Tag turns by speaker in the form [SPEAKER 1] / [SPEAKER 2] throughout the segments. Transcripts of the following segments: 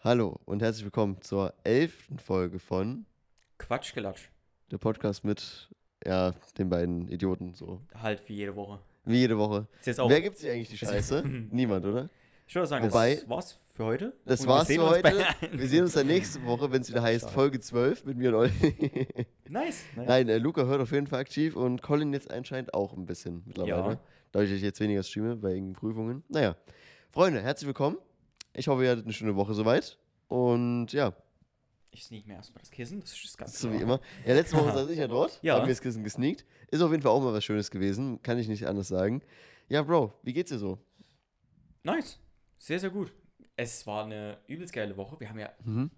[SPEAKER 1] Hallo und herzlich willkommen zur elften Folge von
[SPEAKER 2] Quatschgelatsch.
[SPEAKER 1] der Podcast mit ja, den beiden Idioten so.
[SPEAKER 2] Halt wie jede Woche.
[SPEAKER 1] Wie jede Woche.
[SPEAKER 2] Ist jetzt auch.
[SPEAKER 1] Wer gibt sich eigentlich die Scheiße? Niemand, oder?
[SPEAKER 2] ich würde sagen,
[SPEAKER 1] Wobei-
[SPEAKER 2] das war's für heute.
[SPEAKER 1] Das
[SPEAKER 2] Und wir
[SPEAKER 1] war's
[SPEAKER 2] sehen
[SPEAKER 1] für
[SPEAKER 2] uns bei-
[SPEAKER 1] heute. Wir sehen uns dann nächste Woche, wenn es wieder heißt
[SPEAKER 2] Schade.
[SPEAKER 1] Folge 12 mit mir und euch.
[SPEAKER 2] nice. Naja.
[SPEAKER 1] Nein, äh, Luca hört auf jeden Fall aktiv und Colin jetzt anscheinend auch ein bisschen mittlerweile.
[SPEAKER 2] Ja.
[SPEAKER 1] Dadurch, dass ich jetzt weniger streame bei irgendwelchen Prüfungen. Naja, Freunde, herzlich willkommen. Ich hoffe, ihr hattet eine schöne Woche soweit. Und ja,
[SPEAKER 2] Ich sneak mir erstmal das Kissen. Das ist das Ganze.
[SPEAKER 1] so wie immer. Ja, letzte Woche saß ich ja dort,
[SPEAKER 2] Ja.
[SPEAKER 1] hab mir das Kissen gesneakt. Ist auf jeden Fall auch mal was Schönes gewesen, kann ich nicht anders sagen. Ja, Bro, wie geht's dir so?
[SPEAKER 2] Nice. Sehr, sehr gut. Es war eine übelst geile Woche. Wir haben ja
[SPEAKER 1] Mhm.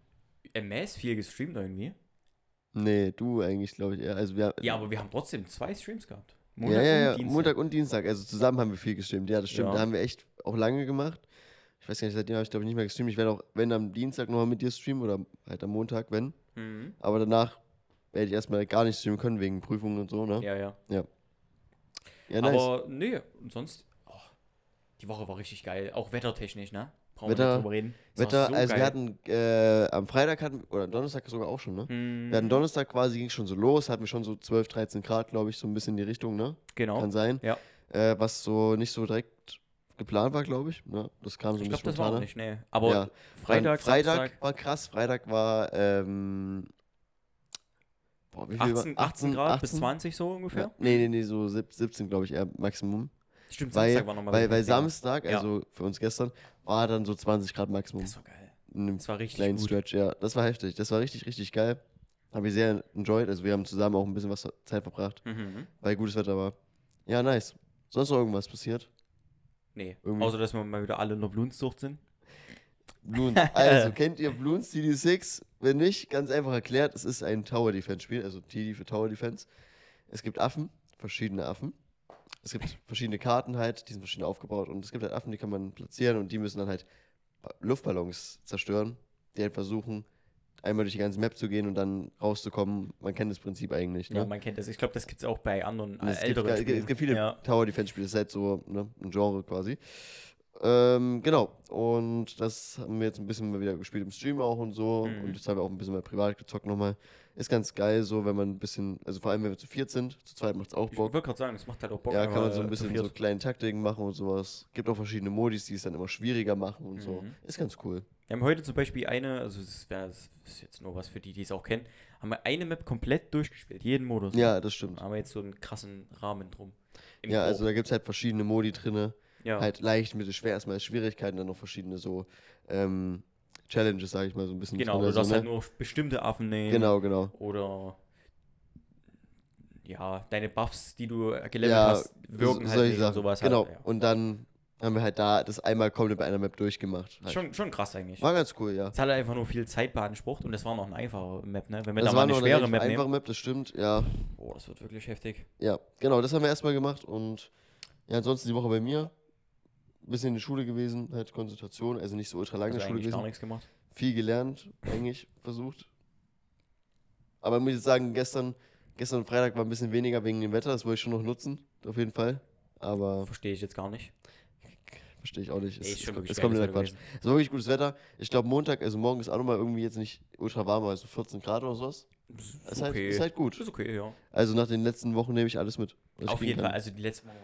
[SPEAKER 2] MS viel gestreamt irgendwie.
[SPEAKER 1] Nee, du eigentlich, glaube ich. eher. Also wir,
[SPEAKER 2] Ja, aber wir haben trotzdem zwei Streams gehabt.
[SPEAKER 1] ja, ja, ja.
[SPEAKER 2] und Dienstag.
[SPEAKER 1] Montag und Dienstag. Also zusammen haben wir viel gestimmt. Ja, das stimmt.
[SPEAKER 2] Ja.
[SPEAKER 1] Da haben wir echt auch lange gemacht. Ich weiß gar nicht, seitdem habe ich glaube ich nicht mehr gestreamt. Ich werde auch, wenn am Dienstag nochmal mit dir streamen oder halt am Montag, wenn.
[SPEAKER 2] Mhm.
[SPEAKER 1] Aber danach werde ich erstmal gar nicht streamen können wegen Prüfungen und so, ne?
[SPEAKER 2] Ja, ja.
[SPEAKER 1] Ja,
[SPEAKER 2] Aber nee, und sonst. Oh, die Woche war richtig geil. Auch wettertechnisch, ne? Brauchen wir
[SPEAKER 1] Wetter-
[SPEAKER 2] nicht drüber reden. Es war
[SPEAKER 1] Wetter,
[SPEAKER 2] so
[SPEAKER 1] also
[SPEAKER 2] geil.
[SPEAKER 1] wir hatten äh, am Freitag hatten, oder am Donnerstag sogar auch schon, ne?
[SPEAKER 2] Mhm.
[SPEAKER 1] Wir hatten Donnerstag quasi, ging schon so los, hatten wir schon so 12, 13 Grad, glaube ich, so ein bisschen in die Richtung, ne?
[SPEAKER 2] Genau.
[SPEAKER 1] Kann sein.
[SPEAKER 2] Ja.
[SPEAKER 1] Äh, was so nicht so direkt geplant war, glaube ich. Ne? Das kam so ein
[SPEAKER 2] Ich glaube,
[SPEAKER 1] bisschen
[SPEAKER 2] das war auch
[SPEAKER 1] spontaner.
[SPEAKER 2] nicht, nee. Aber
[SPEAKER 1] Ja.
[SPEAKER 2] Freitag,
[SPEAKER 1] Freitag
[SPEAKER 2] Samstag.
[SPEAKER 1] war krass. Freitag war ähm, boah, wie viel war-
[SPEAKER 2] 18, 18 Grad bis 20 so ungefähr.
[SPEAKER 1] Ja, nee, nee, nee, so sieb- 17 glaube ich eher Maximum.
[SPEAKER 2] Stimmt,
[SPEAKER 1] Weil,
[SPEAKER 2] Samstag war nochmal
[SPEAKER 1] weil, weil Samstag,
[SPEAKER 2] Ja.
[SPEAKER 1] also für uns gestern, war dann so 20 Grad Maximum.
[SPEAKER 2] Das war geil.
[SPEAKER 1] in einem
[SPEAKER 2] Das war richtig
[SPEAKER 1] kleinen
[SPEAKER 2] gut.
[SPEAKER 1] Stretch, ja. Das war heftig. Das war richtig, richtig geil. Habe ich sehr enjoyed. Also wir haben zusammen auch ein bisschen was Zeit verbracht,
[SPEAKER 2] Mhm.
[SPEAKER 1] weil gutes Wetter war. Ja, nice. Sonst noch irgendwas passiert?
[SPEAKER 2] Nee,
[SPEAKER 1] Irgendwie-
[SPEAKER 2] außer dass wir mal wieder alle in der Blumenzucht sind.
[SPEAKER 1] Bloons. Also, kennt ihr Bloons TD6? Wenn nicht, ganz einfach erklärt, es ist ein Tower Defense Spiel, also TD für Tower Defense. Es gibt Affen, verschiedene Affen. Es gibt verschiedene Karten halt, die sind verschieden aufgebaut und es gibt halt Affen, die kann man platzieren und die müssen dann halt Ba- Luftballons zerstören, die halt versuchen, einmal durch die ganze Map zu gehen und dann rauszukommen. Man kennt das Prinzip eigentlich. Ne?
[SPEAKER 2] Ja, man kennt das. Ich glaube, das gibt es auch bei anderen
[SPEAKER 1] Und
[SPEAKER 2] äh,
[SPEAKER 1] es, gibt,
[SPEAKER 2] älteren
[SPEAKER 1] es gibt- es gibt viele
[SPEAKER 2] Ja.
[SPEAKER 1] Tower Defense Spiele, das ist halt so ne, ein Genre quasi. Ähm, genau, und das haben wir jetzt ein bisschen mal wieder gespielt im Stream auch und so.
[SPEAKER 2] Mhm.
[SPEAKER 1] Und das haben wir auch ein bisschen mal privat gezockt nochmal. Ist ganz geil so, wenn man ein bisschen, also vor allem wenn wir zu viert sind, zu zweit macht es auch
[SPEAKER 2] Ich
[SPEAKER 1] Bock.
[SPEAKER 2] würde gerade sagen, das macht halt auch Bock.
[SPEAKER 1] ja, kann man
[SPEAKER 2] aber,
[SPEAKER 1] so ein
[SPEAKER 2] äh, zu
[SPEAKER 1] bisschen
[SPEAKER 2] viert.
[SPEAKER 1] so kleine Taktiken machen und sowas. Gibt auch verschiedene Modis, die es dann immer schwieriger machen und so.
[SPEAKER 2] Mhm.
[SPEAKER 1] Ist ganz cool.
[SPEAKER 2] Wir haben heute zum Beispiel eine, also das, wär, das ist jetzt nur was für die, die es auch kennen, haben wir eine Map komplett durchgespielt, jeden Modus.
[SPEAKER 1] Ja, das stimmt.
[SPEAKER 2] Haben wir jetzt so einen krassen Rahmen drum. Im
[SPEAKER 1] Ja,
[SPEAKER 2] Koop.
[SPEAKER 1] also da gibt es halt verschiedene Modi drinne.
[SPEAKER 2] ja.
[SPEAKER 1] halt leicht, mittel, schwer erstmal als Schwierigkeiten, dann noch verschiedene so ähm, Challenges, sage ich mal, so ein bisschen.
[SPEAKER 2] genau,
[SPEAKER 1] drin,
[SPEAKER 2] du
[SPEAKER 1] also,
[SPEAKER 2] darfst halt
[SPEAKER 1] ne?
[SPEAKER 2] nur bestimmte Affen nehmen.
[SPEAKER 1] Genau, genau.
[SPEAKER 2] Oder ja, deine Buffs, die du gelevelt
[SPEAKER 1] Ja,
[SPEAKER 2] hast, wirken
[SPEAKER 1] So-
[SPEAKER 2] halt nicht und sowas.
[SPEAKER 1] genau.
[SPEAKER 2] Halt, ja.
[SPEAKER 1] Und dann haben wir halt da das einmal komplett bei einer Map durchgemacht. Halt.
[SPEAKER 2] schon, schon krass eigentlich.
[SPEAKER 1] War ganz cool, ja.
[SPEAKER 2] Es hat einfach nur viel Zeit beansprucht und das war noch eine einfache Map, ne? Wenn wir
[SPEAKER 1] das
[SPEAKER 2] da mal
[SPEAKER 1] war
[SPEAKER 2] eine
[SPEAKER 1] noch eine
[SPEAKER 2] schwere
[SPEAKER 1] relativ
[SPEAKER 2] Map
[SPEAKER 1] einfache
[SPEAKER 2] nehmen.
[SPEAKER 1] Map, das stimmt, ja.
[SPEAKER 2] Boah, das wird wirklich heftig.
[SPEAKER 1] Ja, genau, das haben wir erstmal gemacht und ja, ansonsten die Woche bei mir. Bisschen in der Schule gewesen, halt Konzentration, also nicht so ultra lange
[SPEAKER 2] Also
[SPEAKER 1] Schule
[SPEAKER 2] eigentlich
[SPEAKER 1] gewesen.
[SPEAKER 2] gar nichts gemacht.
[SPEAKER 1] viel gelernt, eigentlich versucht. Aber muss ich sagen, gestern, gestern und Freitag war ein bisschen weniger wegen dem Wetter, das wollte ich schon noch nutzen, auf jeden Fall. Aber
[SPEAKER 2] Verstehe ich jetzt gar nicht.
[SPEAKER 1] verstehe ich auch nicht. Es,
[SPEAKER 2] Nee, ist schon
[SPEAKER 1] es,
[SPEAKER 2] wirklich
[SPEAKER 1] es kommt leider
[SPEAKER 2] geiles Wetter
[SPEAKER 1] Quatsch. Es war wirklich gutes Wetter. Ich glaube, Montag, also morgen ist auch nochmal irgendwie jetzt nicht ultra warm, also 14 Grad oder sowas.
[SPEAKER 2] Ist
[SPEAKER 1] Ist, halt,
[SPEAKER 2] okay.
[SPEAKER 1] ist halt gut.
[SPEAKER 2] Ist okay, ja.
[SPEAKER 1] Also nach den letzten Wochen nehme ich alles mit. was ich
[SPEAKER 2] Auf
[SPEAKER 1] kriegen
[SPEAKER 2] jeden
[SPEAKER 1] kann.
[SPEAKER 2] Fall, also die letzten Mal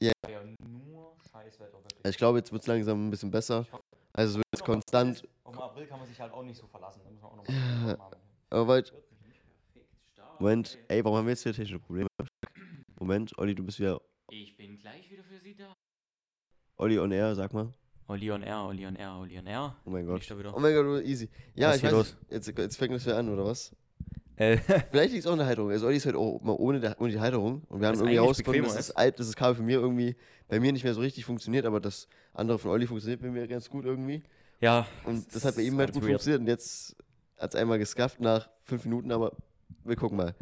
[SPEAKER 1] Ja.
[SPEAKER 2] war ja nur Scheißwetter wirklich.
[SPEAKER 1] Also ich glaube, jetzt wird es langsam ein bisschen besser. Also es wird jetzt konstant.
[SPEAKER 2] Auf den April kann man sich halt auch nicht so verlassen. Da muss man auch
[SPEAKER 1] Ja.
[SPEAKER 2] noch mal machen.
[SPEAKER 1] Aber weit.
[SPEAKER 2] Perfekt, stark.
[SPEAKER 1] Moment, ey, warum haben wir jetzt hier technische Probleme? Moment, Olli, du bist wieder.
[SPEAKER 2] Ich bin gleich wieder für Sie da.
[SPEAKER 1] Olli on air, sag mal.
[SPEAKER 2] Oli on Air, Oli on Air, Oli on Air.
[SPEAKER 1] Oh mein
[SPEAKER 2] Bin
[SPEAKER 1] Gott.
[SPEAKER 2] ich da wieder.
[SPEAKER 1] Oh mein Gott, easy. Ja,
[SPEAKER 2] Was
[SPEAKER 1] ich
[SPEAKER 2] ist
[SPEAKER 1] weiß
[SPEAKER 2] hier
[SPEAKER 1] nicht, jetzt, jetzt fängt das wieder an, oder was?
[SPEAKER 2] Äh,
[SPEAKER 1] Vielleicht liegt es auch an der Halterung. Also Olli ist halt auch mal ohne, der, ohne die Halterung. Und wir haben
[SPEAKER 2] Ist
[SPEAKER 1] irgendwie
[SPEAKER 2] eigentlich
[SPEAKER 1] herausgefunden, dass
[SPEAKER 2] bequemer, ne?
[SPEAKER 1] das, Alp, dass das Kabel von mir irgendwie bei mir nicht mehr so richtig funktioniert, aber das andere von Olli funktioniert bei mir ganz gut irgendwie.
[SPEAKER 2] ja,
[SPEAKER 1] Und
[SPEAKER 2] Das
[SPEAKER 1] das hat bei
[SPEAKER 2] ist
[SPEAKER 1] ihm halt
[SPEAKER 2] ganz
[SPEAKER 1] gut
[SPEAKER 2] weird.
[SPEAKER 1] funktioniert. Und jetzt hat es einmal geskafft nach fünf Minuten, aber wir gucken mal.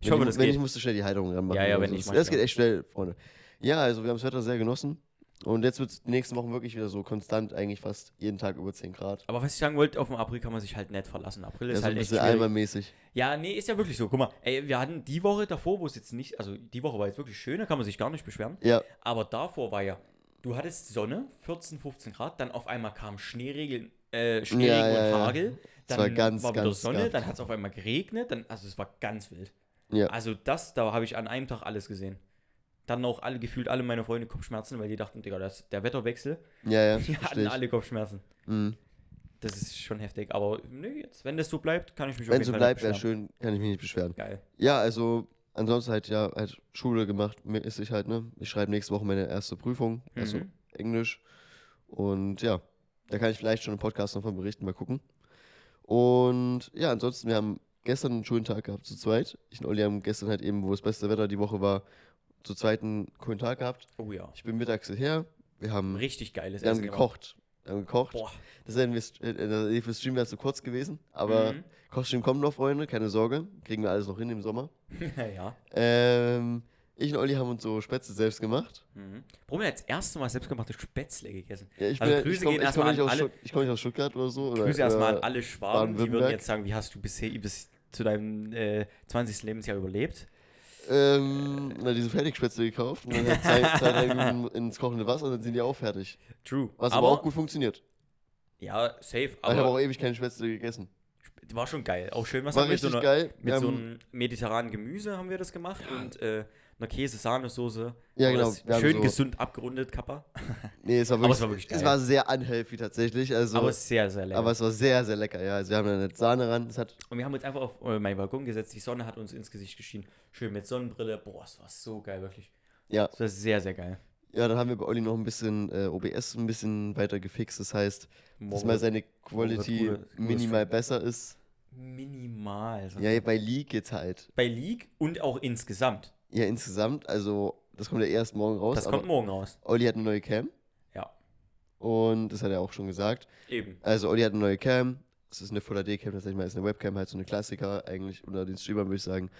[SPEAKER 2] ich
[SPEAKER 1] Wenn
[SPEAKER 2] hoffe,
[SPEAKER 1] ich,
[SPEAKER 2] das
[SPEAKER 1] wenn
[SPEAKER 2] geht.
[SPEAKER 1] ich musste schnell die Halterung ranmachen.
[SPEAKER 2] Ja, ja,
[SPEAKER 1] oder
[SPEAKER 2] wenn
[SPEAKER 1] so.
[SPEAKER 2] ich
[SPEAKER 1] Das-
[SPEAKER 2] mach ich
[SPEAKER 1] Das geht
[SPEAKER 2] auch.
[SPEAKER 1] echt schnell, Freunde. Ja, also wir haben das Wetter sehr genossen. Und jetzt wird es die nächsten Wochen wirklich wieder so konstant, eigentlich fast jeden Tag über 10 Grad.
[SPEAKER 2] Aber was ich sagen wollte, auf den April kann man sich halt nett verlassen. April
[SPEAKER 1] Das
[SPEAKER 2] ist
[SPEAKER 1] ist
[SPEAKER 2] halt
[SPEAKER 1] ein
[SPEAKER 2] echt
[SPEAKER 1] bisschen
[SPEAKER 2] schwierig.
[SPEAKER 1] eimermäßig.
[SPEAKER 2] Ja, nee, ist ja wirklich so. Guck mal, ey, wir hatten die Woche davor, wo es jetzt nicht, also die Woche war jetzt wirklich schön, da kann man sich gar nicht beschweren.
[SPEAKER 1] Ja,
[SPEAKER 2] Aber davor war ja, du hattest Sonne, 14, 15 Grad, dann auf einmal kamen Schneeregeln äh, Schneeregen
[SPEAKER 1] Ja, ja,
[SPEAKER 2] und
[SPEAKER 1] ja.
[SPEAKER 2] Hagel.
[SPEAKER 1] Es
[SPEAKER 2] Dann
[SPEAKER 1] war ganz,
[SPEAKER 2] war wieder
[SPEAKER 1] ganz
[SPEAKER 2] Sonne,
[SPEAKER 1] gaff.
[SPEAKER 2] dann hat es auf einmal geregnet. Dann, also es war ganz wild.
[SPEAKER 1] Ja.
[SPEAKER 2] Also das, da habe ich an einem Tag alles gesehen. Dann auch alle, gefühlt alle meine Freunde Kopfschmerzen, weil die dachten, Digga, das, der Wetterwechsel.
[SPEAKER 1] Ja, ja.
[SPEAKER 2] Die
[SPEAKER 1] versteh
[SPEAKER 2] hatten
[SPEAKER 1] ich.
[SPEAKER 2] alle Kopfschmerzen.
[SPEAKER 1] Mhm.
[SPEAKER 2] Das ist schon heftig. Aber nö, jetzt, wenn das so bleibt, kann ich mich auf
[SPEAKER 1] Wenn
[SPEAKER 2] jeden
[SPEAKER 1] so
[SPEAKER 2] Fall
[SPEAKER 1] bleibt,
[SPEAKER 2] nicht
[SPEAKER 1] wäre schön, kann ich mich nicht beschweren.
[SPEAKER 2] beschweren. Geil.
[SPEAKER 1] Ja, also ansonsten halt ja halt Schule gemacht, ist ich halt, ne? Ich schreibe nächste Woche meine erste Prüfung, also
[SPEAKER 2] Mhm.
[SPEAKER 1] Englisch. Und ja, da kann ich vielleicht schon im Podcast noch von berichten, mal gucken. Und ja, ansonsten, wir haben gestern einen schönen Tag gehabt zu zweit. Ich und Olli haben gestern halt eben, wo das beste Wetter die Woche war, zu zweit einen coolen Tag gehabt.
[SPEAKER 2] Oh ja.
[SPEAKER 1] Ich bin mittags hierher. Wir haben, wir
[SPEAKER 2] Richtig geiles
[SPEAKER 1] haben
[SPEAKER 2] gemacht.
[SPEAKER 1] gekocht. Wir haben gekocht.
[SPEAKER 2] Boah.
[SPEAKER 1] Das hätten wir, äh, äh, für Stream wäre es zu kurz gewesen, aber
[SPEAKER 2] Mhm.
[SPEAKER 1] Kochstream kommt noch, Freunde, keine Sorge. Kriegen wir alles noch hin im Sommer.
[SPEAKER 2] ja.
[SPEAKER 1] Ähm, ich und Olli haben uns so Spätzle selbst gemacht.
[SPEAKER 2] Mhm. Bruno hat das erste Mal selbstgemachte Spätzle gegessen.
[SPEAKER 1] Ja, ich
[SPEAKER 2] Also
[SPEAKER 1] bin-
[SPEAKER 2] Grüße
[SPEAKER 1] ich komm-
[SPEAKER 2] gehen
[SPEAKER 1] ich komm
[SPEAKER 2] erstmal
[SPEAKER 1] nicht
[SPEAKER 2] an
[SPEAKER 1] aus
[SPEAKER 2] alle-
[SPEAKER 1] Stutt- Ich komme nicht aus Stuttgart oder so. Oder,
[SPEAKER 2] Grüße erstmal an
[SPEAKER 1] oder-
[SPEAKER 2] alle Schwaben, die würden
[SPEAKER 1] Baden-Württemberg.
[SPEAKER 2] jetzt sagen, wie hast du bisher bis zu deinem äh, 20. Lebensjahr überlebt?
[SPEAKER 1] Ähm, na, diese Fertigspätzle gekauft und dann halt zwei, zwei, drei Minuten ins kochende Wasser und dann sind die auch fertig.
[SPEAKER 2] True.
[SPEAKER 1] Was aber, auch gut funktioniert.
[SPEAKER 2] Ja, safe,
[SPEAKER 1] Aber ich habe
[SPEAKER 2] aber
[SPEAKER 1] auch ewig keine Spätzle gegessen.
[SPEAKER 2] war schon geil. Auch schön, was
[SPEAKER 1] War
[SPEAKER 2] haben wir
[SPEAKER 1] richtig
[SPEAKER 2] so einer,
[SPEAKER 1] geil. Ähm,
[SPEAKER 2] Mit
[SPEAKER 1] Wir
[SPEAKER 2] so
[SPEAKER 1] haben-
[SPEAKER 2] einem mediterranen Gemüse haben wir das gemacht und äh, einer Käse-Sahnesoße.
[SPEAKER 1] Ja,
[SPEAKER 2] Aber
[SPEAKER 1] genau,
[SPEAKER 2] das
[SPEAKER 1] wir haben
[SPEAKER 2] Schön
[SPEAKER 1] so-
[SPEAKER 2] gesund abgerundet, Kappa.
[SPEAKER 1] nee, es war
[SPEAKER 2] Aber
[SPEAKER 1] wirklich,
[SPEAKER 2] es war wirklich
[SPEAKER 1] es
[SPEAKER 2] geil.
[SPEAKER 1] war sehr unhealthy tatsächlich. Also,
[SPEAKER 2] Aber sehr, sehr lecker.
[SPEAKER 1] aber es war sehr, sehr lecker. Ja, also wir haben dann eine Sahne ran. Es hat
[SPEAKER 2] und wir haben uns einfach auf äh, meinen Balkon gesetzt. Die Sonne hat uns ins Gesicht geschienen. Schön mit Sonnenbrille. Boah, es war so geil, wirklich.
[SPEAKER 1] Ja.
[SPEAKER 2] Es war sehr, sehr geil.
[SPEAKER 1] Ja, dann haben wir bei Olli noch ein bisschen äh, OBS ein bisschen weiter gefixt. Das heißt, dass
[SPEAKER 2] Morgen
[SPEAKER 1] mal seine
[SPEAKER 2] Moritz,
[SPEAKER 1] Quality
[SPEAKER 2] gute- gutes
[SPEAKER 1] minimal besser ist.
[SPEAKER 2] minimal. so.
[SPEAKER 1] Ja, bei League jetzt halt.
[SPEAKER 2] Bei League und auch insgesamt.
[SPEAKER 1] Ja, insgesamt, also das kommt ja erst morgen raus.
[SPEAKER 2] Das kommt
[SPEAKER 1] aber
[SPEAKER 2] morgen raus.
[SPEAKER 1] Olli hat eine neue Cam
[SPEAKER 2] Ja,
[SPEAKER 1] und das hat er auch schon gesagt.
[SPEAKER 2] eben.
[SPEAKER 1] Also Olli hat eine neue Cam. Es ist eine Full HD Cam, tatsächlich mal ist eine Webcam, halt so eine Klassiker eigentlich unter den Streamern würde ich sagen.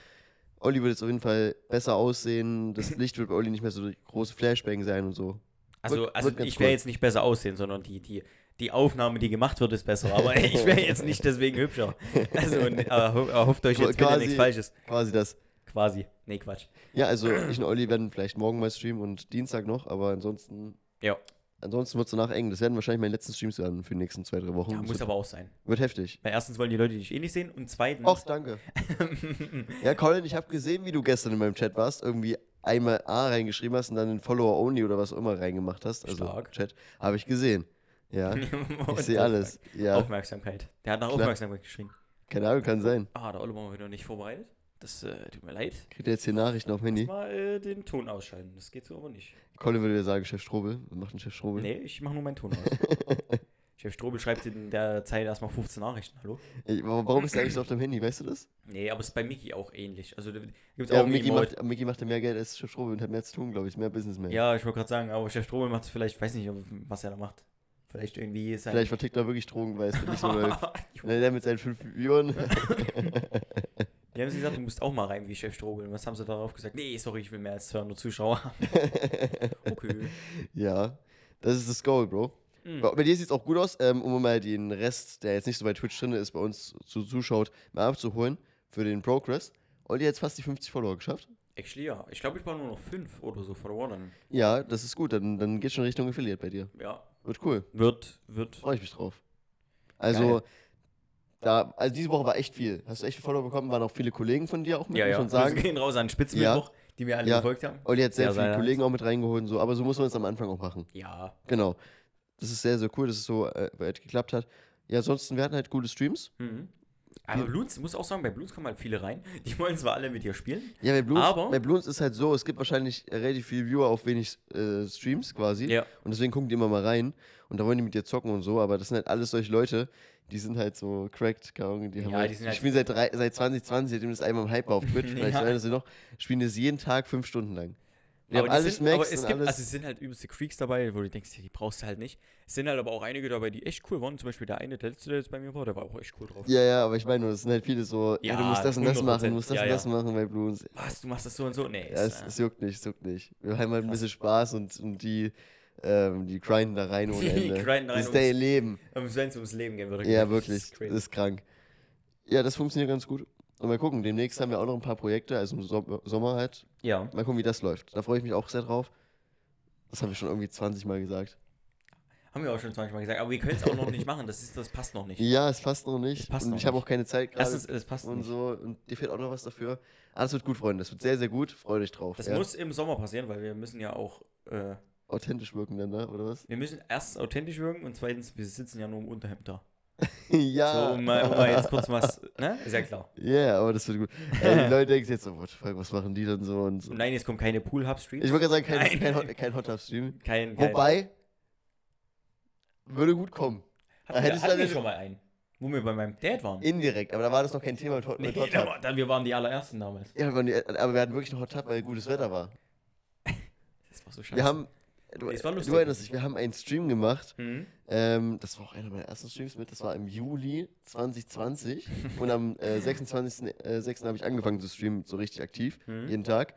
[SPEAKER 1] Olli wird jetzt auf jeden Fall besser aussehen. Das Licht wird bei Olli nicht mehr so durch große Flashbang sein und so.
[SPEAKER 2] Also,
[SPEAKER 1] Wird-
[SPEAKER 2] also
[SPEAKER 1] wird ganz
[SPEAKER 2] ich werde
[SPEAKER 1] cool.
[SPEAKER 2] jetzt nicht besser aussehen, sondern die, die, die Aufnahme, die gemacht wird, ist besser. Aber ich wäre jetzt nicht deswegen hübscher. Also n- erho- erhofft euch jetzt bitte
[SPEAKER 1] Quasi-
[SPEAKER 2] nichts Falsches.
[SPEAKER 1] Quasi das.
[SPEAKER 2] Quasi. Nee, Quatsch.
[SPEAKER 1] Ja, also ich und Olli werden vielleicht morgen mal streamen und Dienstag noch, aber ansonsten,
[SPEAKER 2] Ja,
[SPEAKER 1] ansonsten wird es danach eng. Das werden wahrscheinlich meine letzten Streams werden für die nächsten zwei, drei Wochen.
[SPEAKER 2] ja
[SPEAKER 1] Das
[SPEAKER 2] muss
[SPEAKER 1] wird,
[SPEAKER 2] aber auch sein.
[SPEAKER 1] wird heftig.
[SPEAKER 2] Weil erstens wollen die Leute dich eh nicht sehen und zweitens.
[SPEAKER 1] Och, danke. ja, Colin, ich habe gesehen, wie du gestern in meinem Chat warst, irgendwie einmal A reingeschrieben hast und dann in Follower Only oder was auch immer reingemacht hast. Also
[SPEAKER 2] Stark.
[SPEAKER 1] Chat. Habe ich gesehen. Ja.
[SPEAKER 2] What
[SPEAKER 1] ich
[SPEAKER 2] the
[SPEAKER 1] sehe alles. Ja.
[SPEAKER 2] Aufmerksamkeit. Der hat nach
[SPEAKER 1] Klar.
[SPEAKER 2] Aufmerksamkeit geschrien.
[SPEAKER 1] Keine Ahnung, kann sein.
[SPEAKER 2] Ah, der Oliver war wieder nicht vorbereitet. Das äh, tut mir leid.
[SPEAKER 1] Kriegt er jetzt hier Nachrichten auf dem Handy?
[SPEAKER 2] Mal äh, den Ton ausschalten. Das geht so aber nicht.
[SPEAKER 1] Colin würde ja sagen, Chef Strobel. Wir machen Chef Strobel.
[SPEAKER 2] Nee, ich mache nur meinen Ton aus. Chef Strobel schreibt in der Zeit erstmal 15 Nachrichten, hallo?
[SPEAKER 1] Ey, wa- warum ist er eigentlich so auf dem Handy? Weißt du das?
[SPEAKER 2] Nee, aber ist bei Mickey auch ähnlich. Also da gibt's
[SPEAKER 1] Ja,
[SPEAKER 2] auch ein
[SPEAKER 1] Mickey
[SPEAKER 2] Emote.
[SPEAKER 1] macht, Mickey macht ja mehr Geld als Chef Strobel und hat mehr zu tun, glaube ich. Mehr Businessman.
[SPEAKER 2] Ja, ich wollte gerade sagen, aber Chef Strobel macht es vielleicht, weiß nicht, ob- was er da macht. Vielleicht irgendwie sein.
[SPEAKER 1] Vielleicht vertickt er wirklich Drogen, weil es nicht so läuft.
[SPEAKER 2] Junge,
[SPEAKER 1] Nein, der mit seinen fünf Millionen.
[SPEAKER 2] Die haben sie gesagt, du musst auch mal rein wie Chef Strobel. Und was haben sie darauf gesagt? Nee, sorry, ich will mehr als 200 Zuschauer. haben. okay.
[SPEAKER 1] ja, das ist das Goal, Bro.
[SPEAKER 2] Mhm.
[SPEAKER 1] Bei, bei dir sieht es auch gut aus, ähm, um mal den Rest, der jetzt nicht so bei Twitch drin ist, bei uns zu, zuschaut, mal abzuholen für den Progress. Olli hat jetzt fast die 50 Follower geschafft.
[SPEAKER 2] Actually, ja. Ich glaube, ich war nur noch 5 oder so Follower. Dann,
[SPEAKER 1] Ja, das ist gut, dann, dann geht schon Richtung Affiliate bei dir.
[SPEAKER 2] ja.
[SPEAKER 1] Wird cool,
[SPEAKER 2] Wird, wird.
[SPEAKER 1] freue ich mich drauf. Also, da, also diese Woche war echt viel. Hast du echt viel Follower bekommen, waren auch viele Kollegen von dir auch mit,
[SPEAKER 2] Ja,
[SPEAKER 1] muss
[SPEAKER 2] ja.
[SPEAKER 1] man
[SPEAKER 2] Grüße
[SPEAKER 1] sagen.
[SPEAKER 2] gehen raus an Spitzenmittwoch, die mir alle
[SPEAKER 1] Ja.
[SPEAKER 2] gefolgt haben.
[SPEAKER 1] Olli hat sehr
[SPEAKER 2] Ja,
[SPEAKER 1] viele
[SPEAKER 2] seiner-
[SPEAKER 1] Kollegen auch mit reingeholt und so, aber so muss man es am Anfang auch machen.
[SPEAKER 2] Ja.
[SPEAKER 1] Genau. Das ist sehr, sehr cool, dass es so äh, weit geklappt hat. Ja, ansonsten, wir hatten halt gute Streams.
[SPEAKER 2] Mhm. Aber Blues, muss auch sagen, bei Blues kommen halt viele rein. Die wollen zwar alle mit dir spielen.
[SPEAKER 1] Ja, bei Bloons,
[SPEAKER 2] Aber-
[SPEAKER 1] bei Bloons ist halt so, es gibt wahrscheinlich relativ viele Viewer auf wenig äh, Streams quasi.
[SPEAKER 2] Ja.
[SPEAKER 1] Und deswegen gucken die immer mal rein. Und da wollen die mit dir zocken und so, aber das sind halt alles solche Leute, die sind halt so cracked, keine Ahnung, die, haben
[SPEAKER 2] Ja,
[SPEAKER 1] halt,
[SPEAKER 2] die
[SPEAKER 1] die,
[SPEAKER 2] sind halt-
[SPEAKER 1] spielen seit, drei, seit 2020, seitdem das einmal im Hype war auf Twitch, vielleicht
[SPEAKER 2] Ja.
[SPEAKER 1] ja. das noch, spielen das jeden Tag fünf Stunden lang. Die haben
[SPEAKER 2] die
[SPEAKER 1] alles
[SPEAKER 2] sind, aber
[SPEAKER 1] Max
[SPEAKER 2] es
[SPEAKER 1] und
[SPEAKER 2] gibt,
[SPEAKER 1] alles.
[SPEAKER 2] also es sind halt übelste Creeks dabei, wo du denkst, die brauchst du halt nicht. Es sind halt aber auch einige dabei, die echt cool waren. Zum Beispiel der eine, der letzte, der jetzt bei mir war, der war auch echt cool drauf.
[SPEAKER 1] ja, ja, aber ich meine, nur, das sind halt viele so, ja,
[SPEAKER 2] Ja,
[SPEAKER 1] du musst das und das machen,
[SPEAKER 2] 100%.
[SPEAKER 1] du musst das
[SPEAKER 2] Ja,
[SPEAKER 1] und
[SPEAKER 2] ja.
[SPEAKER 1] das machen bei Bloons.
[SPEAKER 2] Was, du machst das so und so? Nee,
[SPEAKER 1] Ja,
[SPEAKER 2] ist,
[SPEAKER 1] es,
[SPEAKER 2] äh,
[SPEAKER 1] es juckt nicht, es juckt nicht. Wir haben halt ein bisschen Spaß und, und die, ähm, die grinden da rein ohne
[SPEAKER 2] Die
[SPEAKER 1] Ende.
[SPEAKER 2] grinden rein
[SPEAKER 1] das ist
[SPEAKER 2] ums-
[SPEAKER 1] dein Leben.
[SPEAKER 2] aber wenn es ums Leben gehen würde.
[SPEAKER 1] Ja,
[SPEAKER 2] das
[SPEAKER 1] wirklich.
[SPEAKER 2] ist
[SPEAKER 1] Das
[SPEAKER 2] crazy.
[SPEAKER 1] ist krank. Ja, das funktioniert ganz gut. Und mal gucken, demnächst haben wir auch noch ein paar Projekte, also im Som- Sommer halt.
[SPEAKER 2] ja.
[SPEAKER 1] Mal gucken, wie das läuft. Da freue ich mich auch sehr drauf. Das habe ich schon irgendwie 20 Mal gesagt.
[SPEAKER 2] Haben wir auch schon 20 Mal gesagt, aber wir können es auch noch nicht machen. Das, ist, das passt noch nicht.
[SPEAKER 1] Ja, es passt noch nicht.
[SPEAKER 2] Es passt
[SPEAKER 1] und
[SPEAKER 2] noch
[SPEAKER 1] ich habe
[SPEAKER 2] nicht.
[SPEAKER 1] auch keine Zeit
[SPEAKER 2] Lass
[SPEAKER 1] gerade.
[SPEAKER 2] uns, das passt
[SPEAKER 1] Und
[SPEAKER 2] nicht.
[SPEAKER 1] so. Und dir fehlt auch noch was dafür. Alles wird gut, Freunde. Das wird sehr, sehr gut. Freue dich drauf.
[SPEAKER 2] Das
[SPEAKER 1] ja.
[SPEAKER 2] muss im Sommer passieren, weil wir müssen ja auch. Äh,
[SPEAKER 1] Authentisch wirken dann, ne? oder was?
[SPEAKER 2] wir müssen erstens authentisch wirken und zweitens, wir sitzen ja nur im Unterhemd da.
[SPEAKER 1] ja.
[SPEAKER 2] So, um mal, um mal jetzt kurz was. Ne? Ist ja klar.
[SPEAKER 1] Ja, aber das wird gut. Ey, die Leute denken sich jetzt so, what the fuck, was machen die denn so und so.
[SPEAKER 2] Nein, jetzt kommt keine Pool-Hub-Stream.
[SPEAKER 1] Ich wollte gerade sagen, kein,
[SPEAKER 2] Nein.
[SPEAKER 1] kein, Hot- kein Hot Tub Stream.
[SPEAKER 2] Kein, kein,
[SPEAKER 1] Wobei, würde gut kommen.
[SPEAKER 2] Hatten wir,
[SPEAKER 1] Hättest du
[SPEAKER 2] hatten wir
[SPEAKER 1] dann-
[SPEAKER 2] schon mal einen, wo wir bei meinem Dad waren.
[SPEAKER 1] Indirekt, aber da war das noch kein Thema mit, Hot-
[SPEAKER 2] Nee,
[SPEAKER 1] mit Hot
[SPEAKER 2] da
[SPEAKER 1] Tub.
[SPEAKER 2] war- da, wir waren die allerersten damals.
[SPEAKER 1] Ja, aber die- aber wir hatten wirklich einen Hot Tub, weil gutes Wetter war.
[SPEAKER 2] Das war so scheiße.
[SPEAKER 1] Wir haben, du,
[SPEAKER 2] Nee, es war lustig.
[SPEAKER 1] du erinnerst dich, wir haben einen Stream gemacht.
[SPEAKER 2] Hm?
[SPEAKER 1] Ähm, das war auch einer meiner ersten Streams mit. Das war im Juli 2020. und am äh, 26.06. Äh, 6. habe ich angefangen zu streamen, so richtig aktiv,
[SPEAKER 2] Mhm.
[SPEAKER 1] jeden Tag.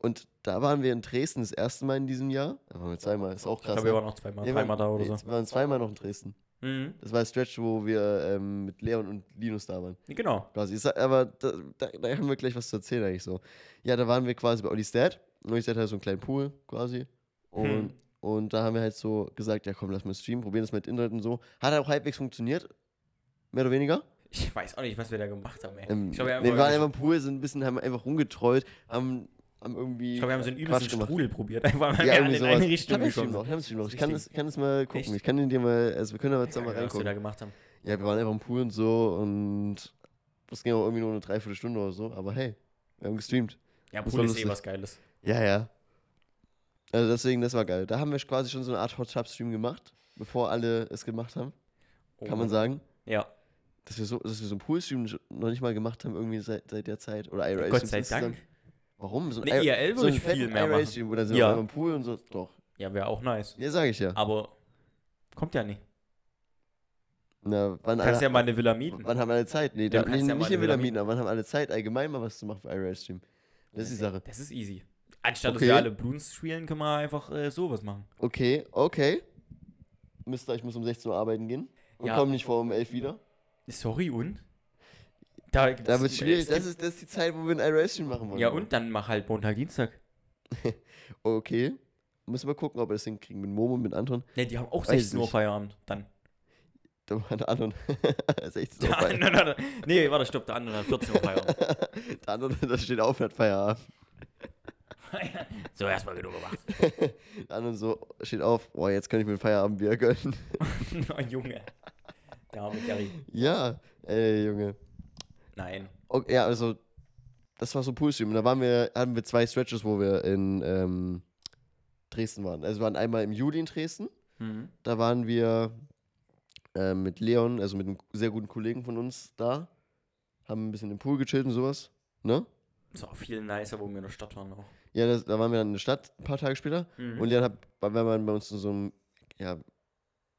[SPEAKER 1] Und da waren wir in Dresden das erste Mal in diesem Jahr. Da waren wir zweimal, ist auch
[SPEAKER 2] Ich
[SPEAKER 1] krass.
[SPEAKER 2] glaube, wir waren noch zweimal,
[SPEAKER 1] Nee, wir
[SPEAKER 2] dreimal da
[SPEAKER 1] waren-
[SPEAKER 2] oder
[SPEAKER 1] nee,
[SPEAKER 2] so.
[SPEAKER 1] Wir waren zweimal noch in Dresden.
[SPEAKER 2] Mhm.
[SPEAKER 1] Das war der Stretch, wo wir ähm, mit Leon und Linus da waren.
[SPEAKER 2] Nee, Genau.
[SPEAKER 1] Quasi. Ist, halt aber da, da, da haben wir gleich was zu erzählen eigentlich so. Ja, da waren wir quasi bei Olli's Dad. Und Olli's Dad hat so einen kleinen Pool quasi. Und,
[SPEAKER 2] Hm.
[SPEAKER 1] und da haben wir halt so gesagt, ja komm, lass mal streamen, probieren das mit Internet und so. Hat auch halbwegs funktioniert. Mehr oder weniger.
[SPEAKER 2] Ich weiß auch nicht, was wir da gemacht haben, ey.
[SPEAKER 1] Ähm,
[SPEAKER 2] ich glaube, wir, haben
[SPEAKER 1] nee, wir waren einfach
[SPEAKER 2] einfach-
[SPEAKER 1] im Pool, sind ein bisschen, haben einfach rumgetreut, haben, haben irgendwie.
[SPEAKER 2] ich glaube, wir haben so einen
[SPEAKER 1] Quatsch
[SPEAKER 2] übelsten
[SPEAKER 1] gemacht.
[SPEAKER 2] Strudel probiert. Einfach mal
[SPEAKER 1] Ja,
[SPEAKER 2] alle
[SPEAKER 1] irgendwie
[SPEAKER 2] in eine
[SPEAKER 1] sowas.
[SPEAKER 2] Richtung
[SPEAKER 1] ich hab den Stream
[SPEAKER 2] geschossen.
[SPEAKER 1] noch, ich hab den Stream noch. Ich
[SPEAKER 2] Das
[SPEAKER 1] kann,
[SPEAKER 2] ist
[SPEAKER 1] das, kann das mal gucken.
[SPEAKER 2] Echt?
[SPEAKER 1] Ich kann den dir mal, also wir können aber jetzt da
[SPEAKER 2] Keine
[SPEAKER 1] mal
[SPEAKER 2] Ahnung, was wir da
[SPEAKER 1] reingucken.
[SPEAKER 2] gemacht haben.
[SPEAKER 1] Ja, wir waren einfach im Pool und so und das ging auch irgendwie nur eine Dreiviertelstunde oder so, aber hey, wir haben gestreamt.
[SPEAKER 2] Ja,
[SPEAKER 1] Das
[SPEAKER 2] Pool
[SPEAKER 1] war
[SPEAKER 2] ist eh
[SPEAKER 1] lustig.
[SPEAKER 2] was Geiles.
[SPEAKER 1] Ja, ja. Also deswegen, das war geil. Da haben wir quasi schon so eine Art Hot Tub Stream gemacht, bevor alle es gemacht haben,
[SPEAKER 2] Oh.
[SPEAKER 1] kann man sagen.
[SPEAKER 2] Ja,
[SPEAKER 1] Dass wir so, dass wir so einen Pool Stream noch nicht mal gemacht haben, irgendwie seit, seit der Zeit. Oder IRL
[SPEAKER 2] Gott sei
[SPEAKER 1] Streams zusammen.
[SPEAKER 2] Dank.
[SPEAKER 1] Warum? So ein
[SPEAKER 2] Eine
[SPEAKER 1] I-
[SPEAKER 2] IRL
[SPEAKER 1] so
[SPEAKER 2] würde ich
[SPEAKER 1] einen
[SPEAKER 2] viel
[SPEAKER 1] fetten
[SPEAKER 2] mehr
[SPEAKER 1] IRL
[SPEAKER 2] machen.
[SPEAKER 1] Stream, wo dann sind
[SPEAKER 2] Ja. Ah.
[SPEAKER 1] wir einfach im Pool und so. Doch.
[SPEAKER 2] Ja, wäre auch nice.
[SPEAKER 1] Ja, sage ich ja.
[SPEAKER 2] Aber kommt ja nicht.
[SPEAKER 1] Na, wann,
[SPEAKER 2] Du kannst
[SPEAKER 1] alle,
[SPEAKER 2] ja mal eine Villa mieten.
[SPEAKER 1] wann haben alle Zeit? Nee,
[SPEAKER 2] Ja,
[SPEAKER 1] da,
[SPEAKER 2] du kannst
[SPEAKER 1] nicht,
[SPEAKER 2] ja mal
[SPEAKER 1] nicht
[SPEAKER 2] eine
[SPEAKER 1] in
[SPEAKER 2] Villa
[SPEAKER 1] Vitaminen, aber wann haben alle Zeit, allgemein mal was zu machen für IRL Stream? Das ist die Sache.
[SPEAKER 2] Das ist easy. Anstatt dass
[SPEAKER 1] Okay.
[SPEAKER 2] wir alle Bloons spielen, können wir einfach äh, sowas machen.
[SPEAKER 1] Okay, okay. Mister, ich muss um 16 Uhr arbeiten gehen. Und
[SPEAKER 2] Ja.
[SPEAKER 1] komme nicht vor um 11 wieder.
[SPEAKER 2] Sorry, und? Da,
[SPEAKER 1] Da wird schwierig.
[SPEAKER 2] es gibt-
[SPEAKER 1] Das ist, das ist die Zeit, wo wir ein IRL-Stream machen wollen.
[SPEAKER 2] ja, und dann mach halt Montag, Dienstag.
[SPEAKER 1] Okay. Müssen wir gucken, ob wir das hinkriegen. Mit Momo, mit Anton.
[SPEAKER 2] Ne, die haben auch
[SPEAKER 1] Weiß
[SPEAKER 2] 16 Uhr
[SPEAKER 1] nicht.
[SPEAKER 2] Feierabend. Dann.
[SPEAKER 1] Da war der Anton. 16 Uhr.
[SPEAKER 2] Der
[SPEAKER 1] Feier-
[SPEAKER 2] andere, der- nee, warte, stopp, der andere hat 14 Uhr Feierabend.
[SPEAKER 1] Der Anton, da steht auf, hat Feierabend.
[SPEAKER 2] so, erstmal genug gemacht.
[SPEAKER 1] Der Anton so steht auf. Boah, jetzt kann ich mir ein Feierabendbier gönnen.
[SPEAKER 2] oh, Junge. Der arme Gary.
[SPEAKER 1] ja, ey, Junge.
[SPEAKER 2] Nein.
[SPEAKER 1] Okay, ja, also, das war so ein Poolstream. Und da waren wir, hatten wir zwei Stretches, wo wir in ähm, Dresden waren. Also, wir waren einmal im Juli in Dresden.
[SPEAKER 2] Mhm.
[SPEAKER 1] Da waren wir äh, mit Leon, also mit einem sehr guten Kollegen von uns da. Haben ein bisschen im Pool gechillt und sowas. Ne?
[SPEAKER 2] Ist auch viel nicer, wo wir in der Stadt waren auch.
[SPEAKER 1] Ja, das, da waren wir dann in der Stadt ein paar Tage später.
[SPEAKER 2] Mhm.
[SPEAKER 1] Und Leon hat, war war man bei uns in so einem, ja,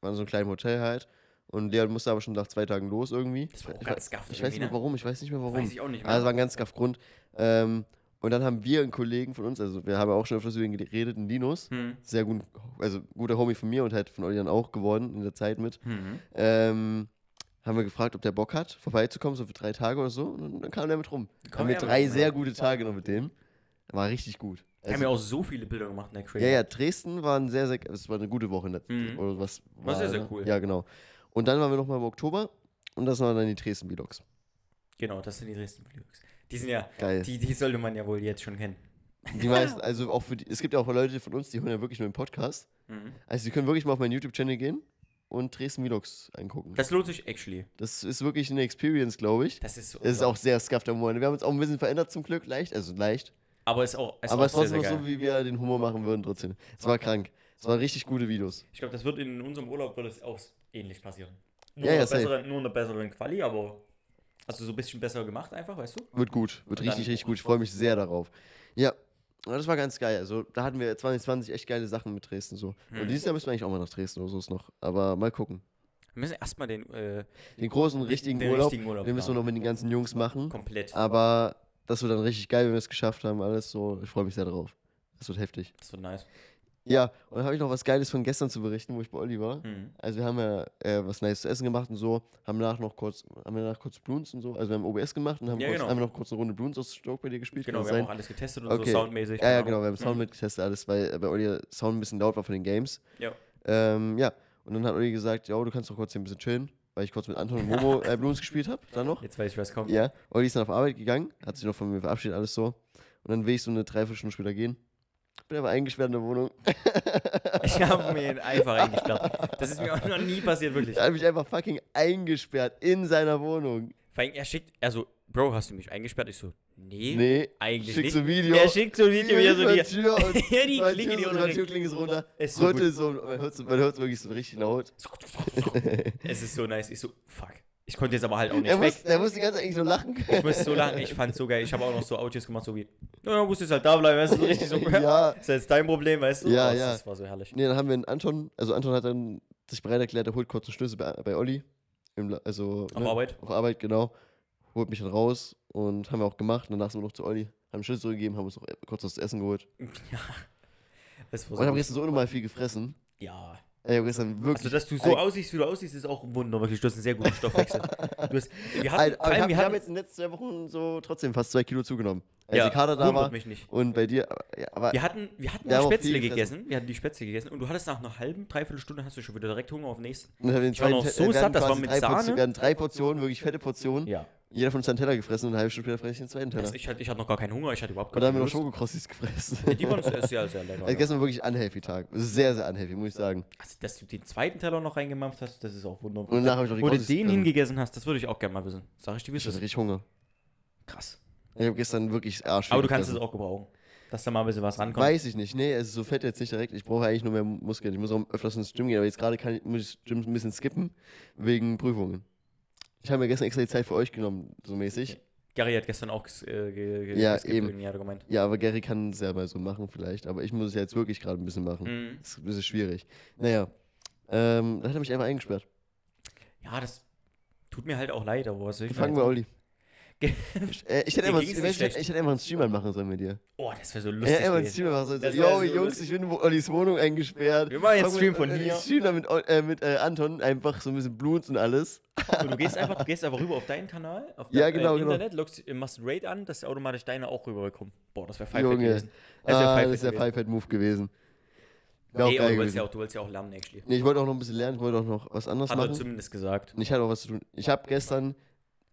[SPEAKER 1] war in so einem kleinen Hotel halt. Und Leon musste aber schon nach zwei Tagen los irgendwie.
[SPEAKER 2] das war auch
[SPEAKER 1] ich,
[SPEAKER 2] ganz gaffig.
[SPEAKER 1] ich weiß nicht mehr warum, ich weiß nicht mehr warum.
[SPEAKER 2] Weiß ich auch nicht mehr.
[SPEAKER 1] Ah, das war ein ganz gaff Grund. Ähm, und dann haben wir einen Kollegen von uns, also wir haben ja auch schon öfters über ihn geredet, einen Linus.
[SPEAKER 2] mhm.
[SPEAKER 1] Sehr gut, also guter Homie von mir und halt von Olian auch geworden in der Zeit mit.
[SPEAKER 2] Mhm.
[SPEAKER 1] ähm, haben wir gefragt, ob der Bock hat, vorbeizukommen, so für drei Tage oder so. Und dann, dann kam der mit rum.
[SPEAKER 2] Kam
[SPEAKER 1] haben wir
[SPEAKER 2] er mit
[SPEAKER 1] drei
[SPEAKER 2] rum,
[SPEAKER 1] sehr
[SPEAKER 2] ja.
[SPEAKER 1] gute Tage noch mit dem. War richtig gut. Also,
[SPEAKER 2] Wir haben ja auch so viele Bilder gemacht in der Crazy.
[SPEAKER 1] ja, ja, Dresden war ein sehr, sehr, es war eine gute Woche. In der,
[SPEAKER 2] Mhm.
[SPEAKER 1] Oder was war,
[SPEAKER 2] sehr, sehr
[SPEAKER 1] ne?
[SPEAKER 2] cool.
[SPEAKER 1] Ja, genau. Und dann waren wir nochmal im Oktober und das waren dann die Dresden-Vlogs.
[SPEAKER 2] Genau, das sind die Dresden Lyrics. Die sind ja,
[SPEAKER 1] Geil.
[SPEAKER 2] die, die sollte man ja wohl jetzt schon kennen.
[SPEAKER 1] Die meisten, also auch für die, es gibt ja auch Leute von uns, die hören ja wirklich nur den Podcast.
[SPEAKER 2] Mhm.
[SPEAKER 1] Also die können wirklich mal auf meinen YouTube-Channel gehen und Dresden-Vlogs angucken.
[SPEAKER 2] Das lohnt sich actually.
[SPEAKER 1] Das ist wirklich eine Experience, glaube ich.
[SPEAKER 2] Das ist so.
[SPEAKER 1] Es ist auch sehr scuffed am Morgen. Wir haben uns auch ein bisschen verändert zum Glück, leicht, also leicht.
[SPEAKER 2] aber ist auch, ist
[SPEAKER 1] aber
[SPEAKER 2] auch
[SPEAKER 1] es ist
[SPEAKER 2] sehr,
[SPEAKER 1] trotzdem
[SPEAKER 2] sehr
[SPEAKER 1] noch
[SPEAKER 2] geil.
[SPEAKER 1] so, wie wir den Humor machen würden trotzdem. Es war krank. Es waren richtig gute Videos.
[SPEAKER 2] Ich glaube, das wird in unserem Urlaub wird es auch ähnlich passieren. Nur,
[SPEAKER 1] Ja, ja,
[SPEAKER 2] eine
[SPEAKER 1] safe.
[SPEAKER 2] bessere, nur eine bessere Quali, aber also so ein bisschen besser gemacht einfach, weißt du?
[SPEAKER 1] Wird gut. Wird
[SPEAKER 2] dann-
[SPEAKER 1] richtig, richtig gut. Ich freue mich sehr darauf. Ja. Aber das war ganz geil. Also da hatten wir 2020 echt geile Sachen mit Dresden so.
[SPEAKER 2] Hm.
[SPEAKER 1] Und dieses Jahr müssen wir eigentlich auch mal nach Dresden oder so ist noch. Aber mal gucken.
[SPEAKER 2] Wir müssen erstmal den äh,
[SPEAKER 1] Den großen, richtigen Urlaub,
[SPEAKER 2] richtigen Urlaub genau.
[SPEAKER 1] den müssen wir
[SPEAKER 2] planen.
[SPEAKER 1] noch mit den ganzen Jungs machen.
[SPEAKER 2] komplett.
[SPEAKER 1] Aber das wird dann richtig geil, wenn wir es geschafft haben. Alles so. Ich freue mich sehr drauf. Das wird heftig.
[SPEAKER 2] Das wird nice.
[SPEAKER 1] Ja, und dann habe ich noch was Geiles von gestern zu berichten, wo ich bei Olli war.
[SPEAKER 2] Mhm.
[SPEAKER 1] Also wir haben ja äh, was Nice zu essen gemacht und so, haben danach noch kurz, haben danach kurz Bloons und so, also wir haben OBS gemacht und haben,
[SPEAKER 2] Ja,
[SPEAKER 1] kurz,
[SPEAKER 2] genau.
[SPEAKER 1] haben noch kurz eine Runde Bloons aus Stoke bei dir gespielt.
[SPEAKER 2] Genau,
[SPEAKER 1] kann
[SPEAKER 2] wir
[SPEAKER 1] das
[SPEAKER 2] haben auch
[SPEAKER 1] sein?
[SPEAKER 2] alles getestet und so
[SPEAKER 1] Okay.
[SPEAKER 2] soundmäßig.
[SPEAKER 1] genau,
[SPEAKER 2] Mhm.
[SPEAKER 1] ja, ja, genau, wir haben Sound mitgetestet, alles, weil äh, bei Olli der Sound ein bisschen laut war von den Games.
[SPEAKER 2] Ja.
[SPEAKER 1] Ähm, ja, Und dann hat Olli gesagt, ja, du kannst doch kurz hier ein bisschen chillen, weil ich kurz mit Anton und Momo äh, Bloons gespielt habe, dann noch.
[SPEAKER 2] Jetzt weiß ich, was kommt.
[SPEAKER 1] Ja, Olli ist dann auf Arbeit gegangen, hat sich noch von mir verabschiedet, alles so. Und dann will ich so eine Dreiviertelstunde später gehen. Bin aber eingesperrt in der Wohnung.
[SPEAKER 2] Ich habe mir ihn einfach eingesperrt. Das ist mir auch noch nie passiert, wirklich.
[SPEAKER 1] Er hat mich einfach fucking eingesperrt in seiner Wohnung.
[SPEAKER 2] Vor allem, er schickt, also, Bro, hast du mich eingesperrt? Ich so, nee,
[SPEAKER 1] Nee,
[SPEAKER 2] eigentlich
[SPEAKER 1] schickst
[SPEAKER 2] nicht.
[SPEAKER 1] du ein Video.
[SPEAKER 2] Er schickt so ein Video, wie er so die,
[SPEAKER 1] Tür und
[SPEAKER 2] Ja, die
[SPEAKER 1] meine
[SPEAKER 2] Klinke, die
[SPEAKER 1] Tür,
[SPEAKER 2] unten
[SPEAKER 1] meine
[SPEAKER 2] liegt.
[SPEAKER 1] Türklinke ist runter.
[SPEAKER 2] Es ist so
[SPEAKER 1] Rüttelt
[SPEAKER 2] gut.
[SPEAKER 1] so, man hört so- man hört wirklich so richtig laut.
[SPEAKER 2] Es ist so nice. Ich so, fuck. Ich konnte jetzt aber halt auch
[SPEAKER 1] Er
[SPEAKER 2] nicht weg.
[SPEAKER 1] muss, er muss die ganze Zeit eigentlich so lachen.
[SPEAKER 2] Ich musste so lachen, ich fand's so geil. Ich habe auch noch so Audios gemacht, so wie, ja, musst jetzt halt da bleiben, weißt du, so richtig so.
[SPEAKER 1] Ja.
[SPEAKER 2] Ist ja jetzt dein Problem, weißt du?
[SPEAKER 1] Ja,
[SPEAKER 2] das-
[SPEAKER 1] ja.
[SPEAKER 2] Das war so herrlich.
[SPEAKER 1] Nee, dann haben wir einen Anton, also Anton hat dann sich bereit erklärt, er holt kurz einen Schlüssel bei, bei Olli. Im, La- also,
[SPEAKER 2] Auf Arbeit?
[SPEAKER 1] Auf Arbeit, genau. Holt mich dann raus und haben wir auch gemacht. Und danach sind wir noch zu Olli, haben den Schlüssel zurückgegeben, haben uns noch kurz was zu essen geholt.
[SPEAKER 2] Das war
[SPEAKER 1] Und
[SPEAKER 2] so
[SPEAKER 1] haben
[SPEAKER 2] gut.
[SPEAKER 1] gestern so unnormal viel gefressen.
[SPEAKER 2] Ja.
[SPEAKER 1] Ey, Ich habe gestern wirklich.
[SPEAKER 2] Also, dass du so aussiehst, wie du aussiehst, ist auch ein Wunder, wirklich. Du hast einen sehr guten Stoffwechsel. Du hast, wir hatten,
[SPEAKER 1] Alter,
[SPEAKER 2] vor
[SPEAKER 1] aber ich
[SPEAKER 2] allem,
[SPEAKER 1] hab,
[SPEAKER 2] wir
[SPEAKER 1] wir haben
[SPEAKER 2] hatten,
[SPEAKER 1] jetzt in den letzten zwei Wochen so trotzdem fast zwei Kilo zugenommen. Als
[SPEAKER 2] Ja,
[SPEAKER 1] die Kader da
[SPEAKER 2] wundert
[SPEAKER 1] war.
[SPEAKER 2] mich nicht.
[SPEAKER 1] Und bei dir. aber- Ja, aber
[SPEAKER 2] wir hatten, wir hatten
[SPEAKER 1] Wir haben
[SPEAKER 2] die
[SPEAKER 1] auch
[SPEAKER 2] Spätzle
[SPEAKER 1] viel gefressen.
[SPEAKER 2] gegessen. Wir hatten die Spätzle gegessen und du hattest nach einer halben, dreiviertel Stunde hast du schon wieder direkt Hunger auf den nächsten.
[SPEAKER 1] wir haben den
[SPEAKER 2] ich war noch
[SPEAKER 1] zweiten
[SPEAKER 2] so
[SPEAKER 1] Te- wir
[SPEAKER 2] satt,
[SPEAKER 1] haben
[SPEAKER 2] das war
[SPEAKER 1] quasi
[SPEAKER 2] mit
[SPEAKER 1] drei Portionen-
[SPEAKER 2] Sahne.
[SPEAKER 1] Wir hatten drei Portionen, wirklich fette Portionen.
[SPEAKER 2] Ja.
[SPEAKER 1] Jeder von uns hat einen Teller gefressen und eine halbe Stunde später fresse ich den zweiten Teller.
[SPEAKER 2] Also ich, hatte, ich hatte noch gar keinen Hunger, ich hatte überhaupt
[SPEAKER 1] Und dann haben wir noch
[SPEAKER 2] keinen
[SPEAKER 1] Schokokrossis gefressen.
[SPEAKER 2] Die waren sehr, sehr, sehr lecker.
[SPEAKER 1] Also
[SPEAKER 2] ja.
[SPEAKER 1] gestern war wirklich ein unhealthy Tag. Sehr, sehr unhealthy, muss ich sagen.
[SPEAKER 2] Also, dass du den zweiten Teller noch reingemampft hast, das ist auch wunderbar.
[SPEAKER 1] Und danach habe ich noch die
[SPEAKER 2] Wo du
[SPEAKER 1] Krossis
[SPEAKER 2] den
[SPEAKER 1] gefressen.
[SPEAKER 2] hingegessen hast, das würde ich auch gerne mal wissen. Sag ich dir, wie es
[SPEAKER 1] Ich hatte
[SPEAKER 2] ist.
[SPEAKER 1] richtig Hunger.
[SPEAKER 2] Krass.
[SPEAKER 1] Ich habe gestern wirklich Arsch.
[SPEAKER 2] Aber du kannst es
[SPEAKER 1] gefressen.
[SPEAKER 2] auch gebrauchen. Dass da mal ein bisschen was rankommt.
[SPEAKER 1] Weiß ich nicht. Nee, es ist so fett jetzt nicht direkt. Ich brauche eigentlich nur mehr Muskeln. Ich muss auch öfters ins Gym gehen. Aber jetzt gerade kann ich, muss ich Gym ein bisschen skippen. Wegen Prüfungen. Ich habe mir gestern extra die Zeit für euch genommen, so mäßig.
[SPEAKER 2] Gary hat gestern auch ges äh, ge ge
[SPEAKER 1] Ja,
[SPEAKER 2] geskippt
[SPEAKER 1] eben.
[SPEAKER 2] irgendwie, hat er gemeint.
[SPEAKER 1] Ja, aber Gary kann es ja mal so machen vielleicht. Aber ich muss es ja jetzt wirklich gerade ein bisschen machen.
[SPEAKER 2] Mhm.
[SPEAKER 1] Das ist ein bisschen schwierig. Naja. Ähm, dann hat er mich einfach eingesperrt.
[SPEAKER 2] Ja, das tut mir halt auch leid, aber was will ich
[SPEAKER 1] Fangen wir Oli.
[SPEAKER 2] Ge-
[SPEAKER 1] Äh, ich, hätte
[SPEAKER 2] Dir
[SPEAKER 1] einfach,
[SPEAKER 2] ging's
[SPEAKER 1] ich,
[SPEAKER 2] nicht schlecht.
[SPEAKER 1] ich hätte einfach einen Streamer machen sollen mit dir.
[SPEAKER 2] Oh, das wäre so
[SPEAKER 1] Ja,
[SPEAKER 2] lustig.
[SPEAKER 1] er hat
[SPEAKER 2] gewesen.
[SPEAKER 1] Streamer machen sollen.
[SPEAKER 2] Das
[SPEAKER 1] Yo,
[SPEAKER 2] wär so
[SPEAKER 1] Jungs,
[SPEAKER 2] lustig.
[SPEAKER 1] ich bin in Ollis Wohnung eingesperrt.
[SPEAKER 2] Wir machen jetzt
[SPEAKER 1] Fangen
[SPEAKER 2] Stream von
[SPEAKER 1] äh,
[SPEAKER 2] hier.
[SPEAKER 1] Ich stream da mit, Ol- äh, mit äh, Anton einfach so ein bisschen Blues und alles.
[SPEAKER 2] Und du gehst einfach, du gehst einfach rüber auf deinen Kanal, auf
[SPEAKER 1] Ja,
[SPEAKER 2] dein-
[SPEAKER 1] genau,
[SPEAKER 2] äh,
[SPEAKER 1] genau.
[SPEAKER 2] Internet, loggst, äh, machst einen Raid an, dass automatisch deine auch rüberbekommen. Boah, das wäre Five
[SPEAKER 1] Junge.
[SPEAKER 2] gewesen.
[SPEAKER 1] Das
[SPEAKER 2] wär
[SPEAKER 1] ah,
[SPEAKER 2] Five
[SPEAKER 1] das ist der
[SPEAKER 2] gewesen.
[SPEAKER 1] Five-Head-Move gewesen. Wär auch geil
[SPEAKER 2] Nee, aber du wolltest,
[SPEAKER 1] gewesen.
[SPEAKER 2] ja auch, du wolltest ja auch lernen, actually.
[SPEAKER 1] Nee, ich wollte auch noch ein bisschen lernen, ich wollte auch noch was anderes
[SPEAKER 2] Hat er
[SPEAKER 1] machen. Hm.
[SPEAKER 2] zumindest gesagt.
[SPEAKER 1] Und ich hatte auch was zu tun. Ich habe gestern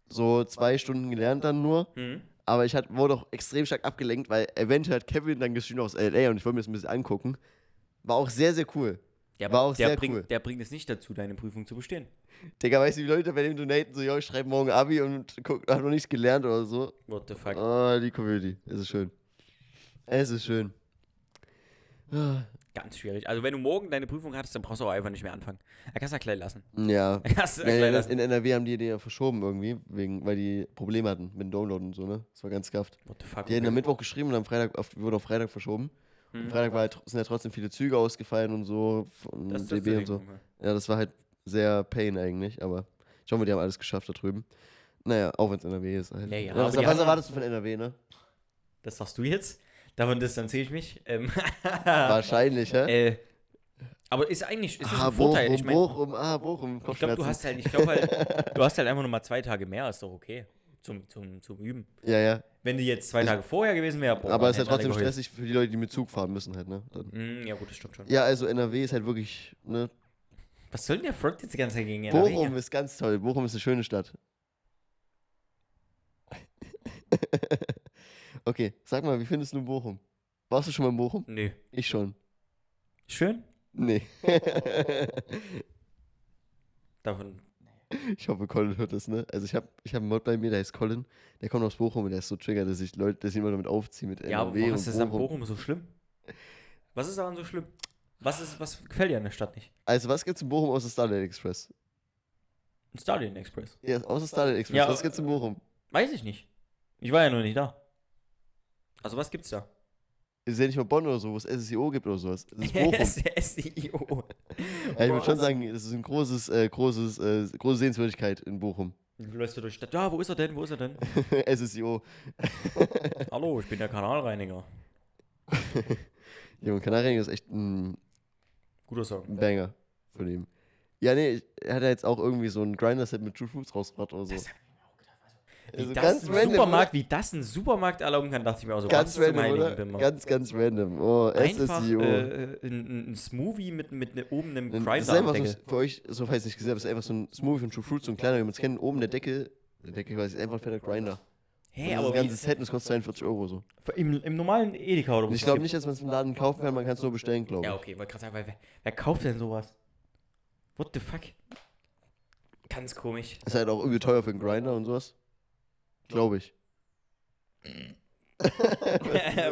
[SPEAKER 1] so zwei Stunden gelernt dann nur,
[SPEAKER 2] Mhm.
[SPEAKER 1] aber ich hat, wurde auch extrem stark abgelenkt, weil eventuell hat Kevin dann geschrieben aus L.A. und ich wollte mir das ein bisschen angucken. War auch sehr, sehr cool.
[SPEAKER 2] Der,
[SPEAKER 1] War auch
[SPEAKER 2] der
[SPEAKER 1] sehr
[SPEAKER 2] bringt,
[SPEAKER 1] cool.
[SPEAKER 2] Der bringt es nicht dazu, deine Prüfung zu bestehen.
[SPEAKER 1] Digga, weißt du, wie Leute bei dem donaten so, yo, ich schreibe morgen Abi und guck, hab noch nichts gelernt oder so.
[SPEAKER 2] What the fuck?
[SPEAKER 1] Oh, die Community. Es ist schön. Es ist schön.
[SPEAKER 2] Ganz schwierig. Also wenn du morgen deine Prüfung hattest, dann brauchst du auch einfach nicht mehr anfangen. Er kannst ja klein lassen.
[SPEAKER 1] Ja.
[SPEAKER 2] Er kannst ja
[SPEAKER 1] Ja, ja,
[SPEAKER 2] klein
[SPEAKER 1] das,
[SPEAKER 2] lassen.
[SPEAKER 1] in NRW haben die die ja verschoben irgendwie, wegen, weil die Probleme hatten mit dem Download und so, ne? Das war ganz gafft.
[SPEAKER 2] What the fuck?
[SPEAKER 1] Die hätten am
[SPEAKER 2] okay.
[SPEAKER 1] Mittwoch geschrieben und am Freitag auf, wurde auf Freitag verschoben.
[SPEAKER 2] Mhm.
[SPEAKER 1] Und Freitag war halt, sind ja trotzdem viele Züge ausgefallen und so, von
[SPEAKER 2] Das- das
[SPEAKER 1] DB
[SPEAKER 2] ist
[SPEAKER 1] und so.
[SPEAKER 2] der Ding.
[SPEAKER 1] Ja, das war halt sehr Pain eigentlich, aber ich hoffe, die haben alles geschafft da drüben. Naja, auch wenn es NRW ist. Halt.
[SPEAKER 2] Ja, ja,
[SPEAKER 1] was
[SPEAKER 2] aber die
[SPEAKER 1] was
[SPEAKER 2] haben-
[SPEAKER 1] erwartest du von NRW, ne?
[SPEAKER 2] Das sagst du jetzt? Davon distanziere ich mich. Ähm,
[SPEAKER 1] Wahrscheinlich, hä?
[SPEAKER 2] äh, aber ist eigentlich ist das
[SPEAKER 1] ah,
[SPEAKER 2] ein Vorteil.
[SPEAKER 1] Bochum,
[SPEAKER 2] Ich meine,
[SPEAKER 1] Bochum, ah, Bochum,
[SPEAKER 2] ich glaube,
[SPEAKER 1] Kopfschmerzen.
[SPEAKER 2] du hast halt, ich glaube halt, du hast halt einfach nochmal zwei Tage mehr, ist doch okay. Zum, zum, zum Üben.
[SPEAKER 1] ja, ja.
[SPEAKER 2] Wenn du jetzt zwei Tage vorher gewesen wärst,
[SPEAKER 1] Aber es ist ja trotzdem stressig für die Leute, die mit Zug fahren müssen halt, ne? Dann.
[SPEAKER 2] Hm, Ja, gut, das stimmt schon.
[SPEAKER 1] Ja, also NRW ist halt wirklich, ne?
[SPEAKER 2] Was soll denn der Frog jetzt die ganze Zeit gegen NRW?
[SPEAKER 1] Bochum ist ganz toll. Bochum ist eine schöne Stadt. okay, sag mal, wie findest du Bochum? Warst du schon mal in Bochum?
[SPEAKER 2] Nö.
[SPEAKER 1] Ich schon.
[SPEAKER 2] Schön?
[SPEAKER 1] Nee.
[SPEAKER 2] Davon.
[SPEAKER 1] ich hoffe, Colin hört das, ne? Also ich habe ich hab einen Mod bei mir, der heißt Colin. Der kommt aus Bochum und der ist so trigger, dass ich Leute, dass ich immer damit aufziehe mit NRW
[SPEAKER 2] Ja, aber warum
[SPEAKER 1] und
[SPEAKER 2] ist das an Bochum so schlimm? Was ist daran so schlimm? Was, ist, was gefällt dir an der Stadt nicht?
[SPEAKER 1] Also was gibt's in Bochum außer Starlight Express?
[SPEAKER 2] Ein Stallion Express.
[SPEAKER 1] Ja, außer Starlight Express.
[SPEAKER 2] Ja,
[SPEAKER 1] was gibt's in Bochum?
[SPEAKER 2] Weiß ich nicht. Ich war ja noch nicht da. Also was gibt's da?
[SPEAKER 1] Ist ja nicht mal Bonn oder so, wo es SSIO gibt oder sowas. Es ist Bochum.
[SPEAKER 2] SEO.
[SPEAKER 1] Ja, ich würde schon sagen, es ist ein großes, äh, großes, äh, große Sehenswürdigkeit in Bochum.
[SPEAKER 2] Du läufst ja durch die Stadt. Ja, wo ist er denn? Wo ist er denn?
[SPEAKER 1] SSIO.
[SPEAKER 2] Hallo, ich bin der Kanalreiniger.
[SPEAKER 1] Junge, Kanarien ist echt ein
[SPEAKER 2] Guter Song.
[SPEAKER 1] Banger von ihm. Ja, nee, ich- er hat ja jetzt auch irgendwie so ein Grinder-Set mit True Fruits rausgebracht oder so.
[SPEAKER 2] Das- Wie
[SPEAKER 1] Also
[SPEAKER 2] das
[SPEAKER 1] ganz
[SPEAKER 2] ein
[SPEAKER 1] random,
[SPEAKER 2] Supermarkt, wie das ein Supermarkt erlauben kann, dachte ich mir auch so.
[SPEAKER 1] Ganz
[SPEAKER 2] was zum
[SPEAKER 1] random,
[SPEAKER 2] Heiligen
[SPEAKER 1] oder?
[SPEAKER 2] Bimmel.
[SPEAKER 1] Ganz, ganz random. Oh,
[SPEAKER 2] Einfach
[SPEAKER 1] SSIO.
[SPEAKER 2] äh, ein, ein Smoothie mit, mit ne, oben einem
[SPEAKER 1] Ein- Das ist
[SPEAKER 2] Grinder am
[SPEAKER 1] einfach so,
[SPEAKER 2] Deckel.
[SPEAKER 1] ein- für euch, so falls nicht gesagt, das ist einfach so ein Smoothie von True Fruits, so ein kleiner, wie man es kennt, oben der Deckel, der Deckel quasi, ist einfach ein fetter Grinder.
[SPEAKER 2] Hä,
[SPEAKER 1] und das
[SPEAKER 2] aber wie,
[SPEAKER 1] ganze Set, und das kostet 42 Euro so.
[SPEAKER 2] im, im normalen Edeka oder
[SPEAKER 1] Und
[SPEAKER 2] wo
[SPEAKER 1] ich
[SPEAKER 2] es
[SPEAKER 1] glaube
[SPEAKER 2] gibt-
[SPEAKER 1] nicht, dass man es im Laden kaufen kann, man kann es nur bestellen, glaube ich.
[SPEAKER 2] Ja, okay, wollte gerade sagen, weil wer, wer kauft denn sowas? What the fuck? Ganz komisch.
[SPEAKER 1] Ist halt auch übel teuer für einen Grinder und sowas. Glaube ich.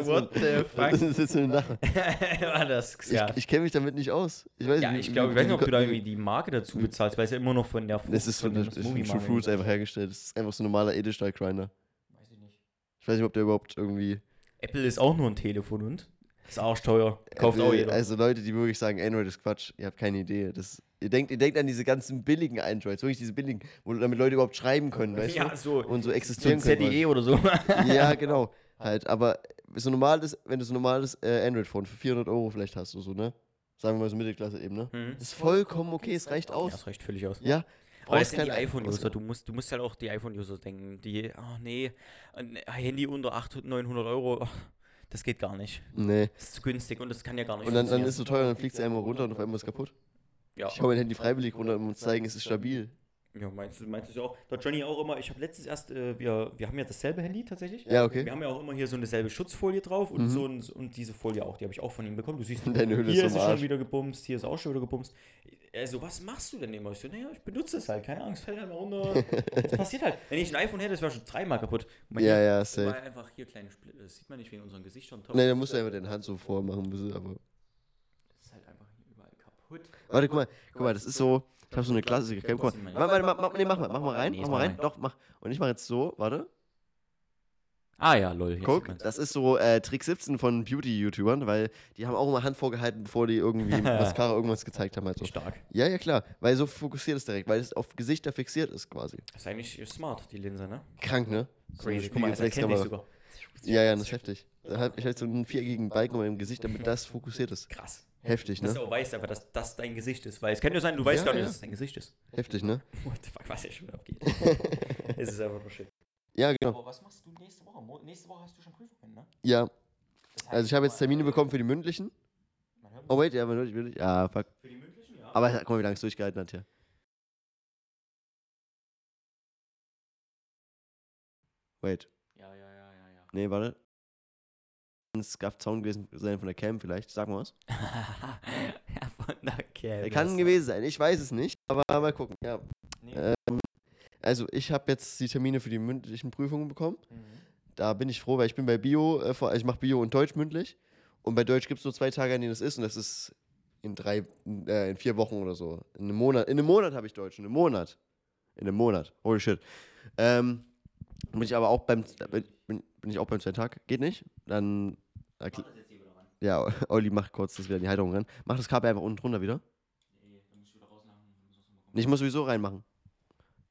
[SPEAKER 2] What the
[SPEAKER 1] Das
[SPEAKER 2] fuck?
[SPEAKER 1] ist jetzt eine Sache.
[SPEAKER 2] War das
[SPEAKER 1] Ich,
[SPEAKER 2] ja.
[SPEAKER 1] ich kenne mich damit nicht aus. Ich weiß
[SPEAKER 2] Ja,
[SPEAKER 1] wie-
[SPEAKER 2] ich
[SPEAKER 1] wie-
[SPEAKER 2] glaube, ich weiß nicht, ob du da
[SPEAKER 1] wie-
[SPEAKER 2] irgendwie die Marke dazu bezahlst, weil es ja immer noch von der Frucht,
[SPEAKER 1] Das ist von,
[SPEAKER 2] von
[SPEAKER 1] der, ist von True Fruits einfach hergestellt. Das ist einfach so ein normaler Edelstahl-Grinder.
[SPEAKER 2] Weiß ich nicht.
[SPEAKER 1] Ich weiß nicht, ob der überhaupt irgendwie.
[SPEAKER 2] Apple ist auch nur ein Telefon und ist arschteuer. Kauft auch
[SPEAKER 1] Apple-
[SPEAKER 2] jeder.
[SPEAKER 1] Also Leute, die wirklich sagen, Android ist Quatsch, ihr habt keine Idee. Das, ihr, denkt, ihr denkt an diese ganzen billigen Androids, wirklich diese billigen, wo damit Leute überhaupt schreiben können, weißt
[SPEAKER 2] ja,
[SPEAKER 1] du?
[SPEAKER 2] so,
[SPEAKER 1] Und so
[SPEAKER 2] so ein
[SPEAKER 1] existieren können.
[SPEAKER 2] ZDE oder so.
[SPEAKER 1] weil- Ja, genau. Halt, aber so ein normales, wenn du so ein normales äh, Android-Phone für 400 Euro vielleicht hast, oder so, ne? Sagen wir mal so Mittelklasse eben, ne?
[SPEAKER 2] Hm.
[SPEAKER 1] Ist vollkommen okay, es reicht
[SPEAKER 2] Ja,
[SPEAKER 1] aus.
[SPEAKER 2] das reicht völlig aus.
[SPEAKER 1] Ja.
[SPEAKER 2] Aber das
[SPEAKER 1] brauchst
[SPEAKER 2] sind die
[SPEAKER 1] keine-
[SPEAKER 2] iPhone-User. Du musst, du musst halt auch die iPhone-User denken. Die, oh nee, ein Handy unter 800, 900 Euro, oh, das geht gar nicht.
[SPEAKER 1] Nee.
[SPEAKER 2] Das ist zu günstig und das kann ja gar nicht
[SPEAKER 1] Und dann, dann
[SPEAKER 2] funktionieren.
[SPEAKER 1] ist es so teuer, dann fliegt es einmal runter und auf einmal ist es kaputt.
[SPEAKER 2] ja.
[SPEAKER 1] Ich hau mein Handy freiwillig runter, um uns zu zeigen, es ist stabil.
[SPEAKER 2] ja, meinst du, meinst du ja auch. Der Johnny auch immer, ich habe letztens erst, äh, wir, wir haben ja dasselbe Handy tatsächlich.
[SPEAKER 1] Ja,
[SPEAKER 2] Wir
[SPEAKER 1] okay.
[SPEAKER 2] haben ja auch immer hier so eine selbe Schutzfolie drauf und
[SPEAKER 1] Mhm.
[SPEAKER 2] so ein, und diese Folie auch, die habe ich auch von ihm bekommen. Du siehst,
[SPEAKER 1] Deine Hülle
[SPEAKER 2] hier
[SPEAKER 1] ist
[SPEAKER 2] ist
[SPEAKER 1] am
[SPEAKER 2] es
[SPEAKER 1] Arsch.
[SPEAKER 2] schon wieder gebumst, hier ist auch schon wieder gebumst. Also, was machst du denn immer? Ich so, naja, ich benutze es halt, keine Angst, fällt halt mal runter. Das passiert halt. Wenn ich ein iPhone hätte, das wäre schon dreimal kaputt. Guck mal
[SPEAKER 1] Ja,
[SPEAKER 2] hier,
[SPEAKER 1] ja,
[SPEAKER 2] guck mal
[SPEAKER 1] safe.
[SPEAKER 2] einfach hier kleine Splitter. Das sieht man nicht wegen unseren Gesichtern. Top.
[SPEAKER 1] Nee, dann musst du einfach deine Hand so vormachen, ein bisschen, aber.
[SPEAKER 2] Das ist halt einfach hier überall kaputt.
[SPEAKER 1] Warte, guck mal, guck mal, das ist so. Ich hab so eine klassische Cam. Guck mal, warte, warte, mach, mach, nee, mach mal, mach mal rein,
[SPEAKER 2] Nee,
[SPEAKER 1] mach
[SPEAKER 2] ist
[SPEAKER 1] mal
[SPEAKER 2] mal
[SPEAKER 1] rein.
[SPEAKER 2] rein.
[SPEAKER 1] Doch, mach. Und ich mach jetzt so, warte.
[SPEAKER 2] Ah ja, lol. Jetzt sieht
[SPEAKER 1] Guck,
[SPEAKER 2] man's.
[SPEAKER 1] das ist so äh, Trick 17 von Beauty-YouTubern, weil die haben auch immer Hand vorgehalten, bevor die irgendwie mit Mascara irgendwas gezeigt haben. Halt so.
[SPEAKER 2] Stark.
[SPEAKER 1] Ja, ja, klar, weil so fokussiert es direkt, weil es auf Gesichter fixiert ist quasi.
[SPEAKER 2] Das ist eigentlich smart, die Linse, ne?
[SPEAKER 1] Krank, ne? So eine
[SPEAKER 2] Crazy. Guck mal, das erkennt dich
[SPEAKER 1] Spiegelreflexkamera.
[SPEAKER 2] sogar.
[SPEAKER 1] Ja, ja, das ist heftig. Da hab ich halt so einen viereckigen Balken über meinem Gesicht, damit das fokussiert ist.
[SPEAKER 2] Krass.
[SPEAKER 1] Heftig,
[SPEAKER 2] Dass
[SPEAKER 1] ne?
[SPEAKER 2] du auch weißt einfach, dass das dein Gesicht ist. Weil es kann ja sein, du weißt
[SPEAKER 1] Ja,
[SPEAKER 2] gar nicht,
[SPEAKER 1] ja.
[SPEAKER 2] dass es dein Gesicht ist.
[SPEAKER 1] Heftig, ne?
[SPEAKER 2] What the fuck, was hier schon wieder abgeht. es ist einfach nur shit.
[SPEAKER 1] Ja, genau.
[SPEAKER 2] Aber was machst du nächste Woche? Mo- Nächste Woche hast du schon Prüfungen, ne?
[SPEAKER 1] Ja,
[SPEAKER 2] Das heißt,
[SPEAKER 1] also ich habe jetzt Termine bekommen für die mündlichen.
[SPEAKER 2] man hört-
[SPEAKER 1] Oh, wait, ja, man hört, ich will nicht. Ah, fuck.
[SPEAKER 2] Für die mündlichen, ja.
[SPEAKER 1] Aber guck mal, wie lange es durchgehalten hat hier. Wait,
[SPEAKER 2] Ja, ja, ja, ja, ja.
[SPEAKER 1] nee, warte. Ein Scuff-Zaun gewesen sein von der Cam vielleicht, sag mal was.
[SPEAKER 2] ja, von der Kerl.
[SPEAKER 1] Er kann gewesen sein, ich weiß es nicht, aber mal gucken. Ja.
[SPEAKER 2] Nee.
[SPEAKER 1] Ähm, also ich habe jetzt die Termine für die mündlichen Prüfungen bekommen.
[SPEAKER 2] Mhm.
[SPEAKER 1] Da bin ich froh, weil ich bin bei Bio, äh, vor- ich mache Bio und Deutsch mündlich. Und bei Deutsch gibt es nur zwei Tage, an denen das ist. Und das ist in drei, äh, in vier Wochen oder so. In einem Monat. In einem Monat habe ich Deutsch. In einem Monat. In einem Monat. Holy shit. Ähm, bin ich aber auch beim, bin, bin bin ich auch beim zweiten Tag. Geht nicht. Dann, erkl-
[SPEAKER 2] Mach das jetzt hier wieder ran.
[SPEAKER 1] ja, Olli macht kurz das wieder in die Halterung ran. Mach das Kabel einfach unten drunter wieder.
[SPEAKER 2] Nee, dann musst du wieder rausmachen. dann musst du es nochmal kommen.
[SPEAKER 1] Ich muss sowieso reinmachen.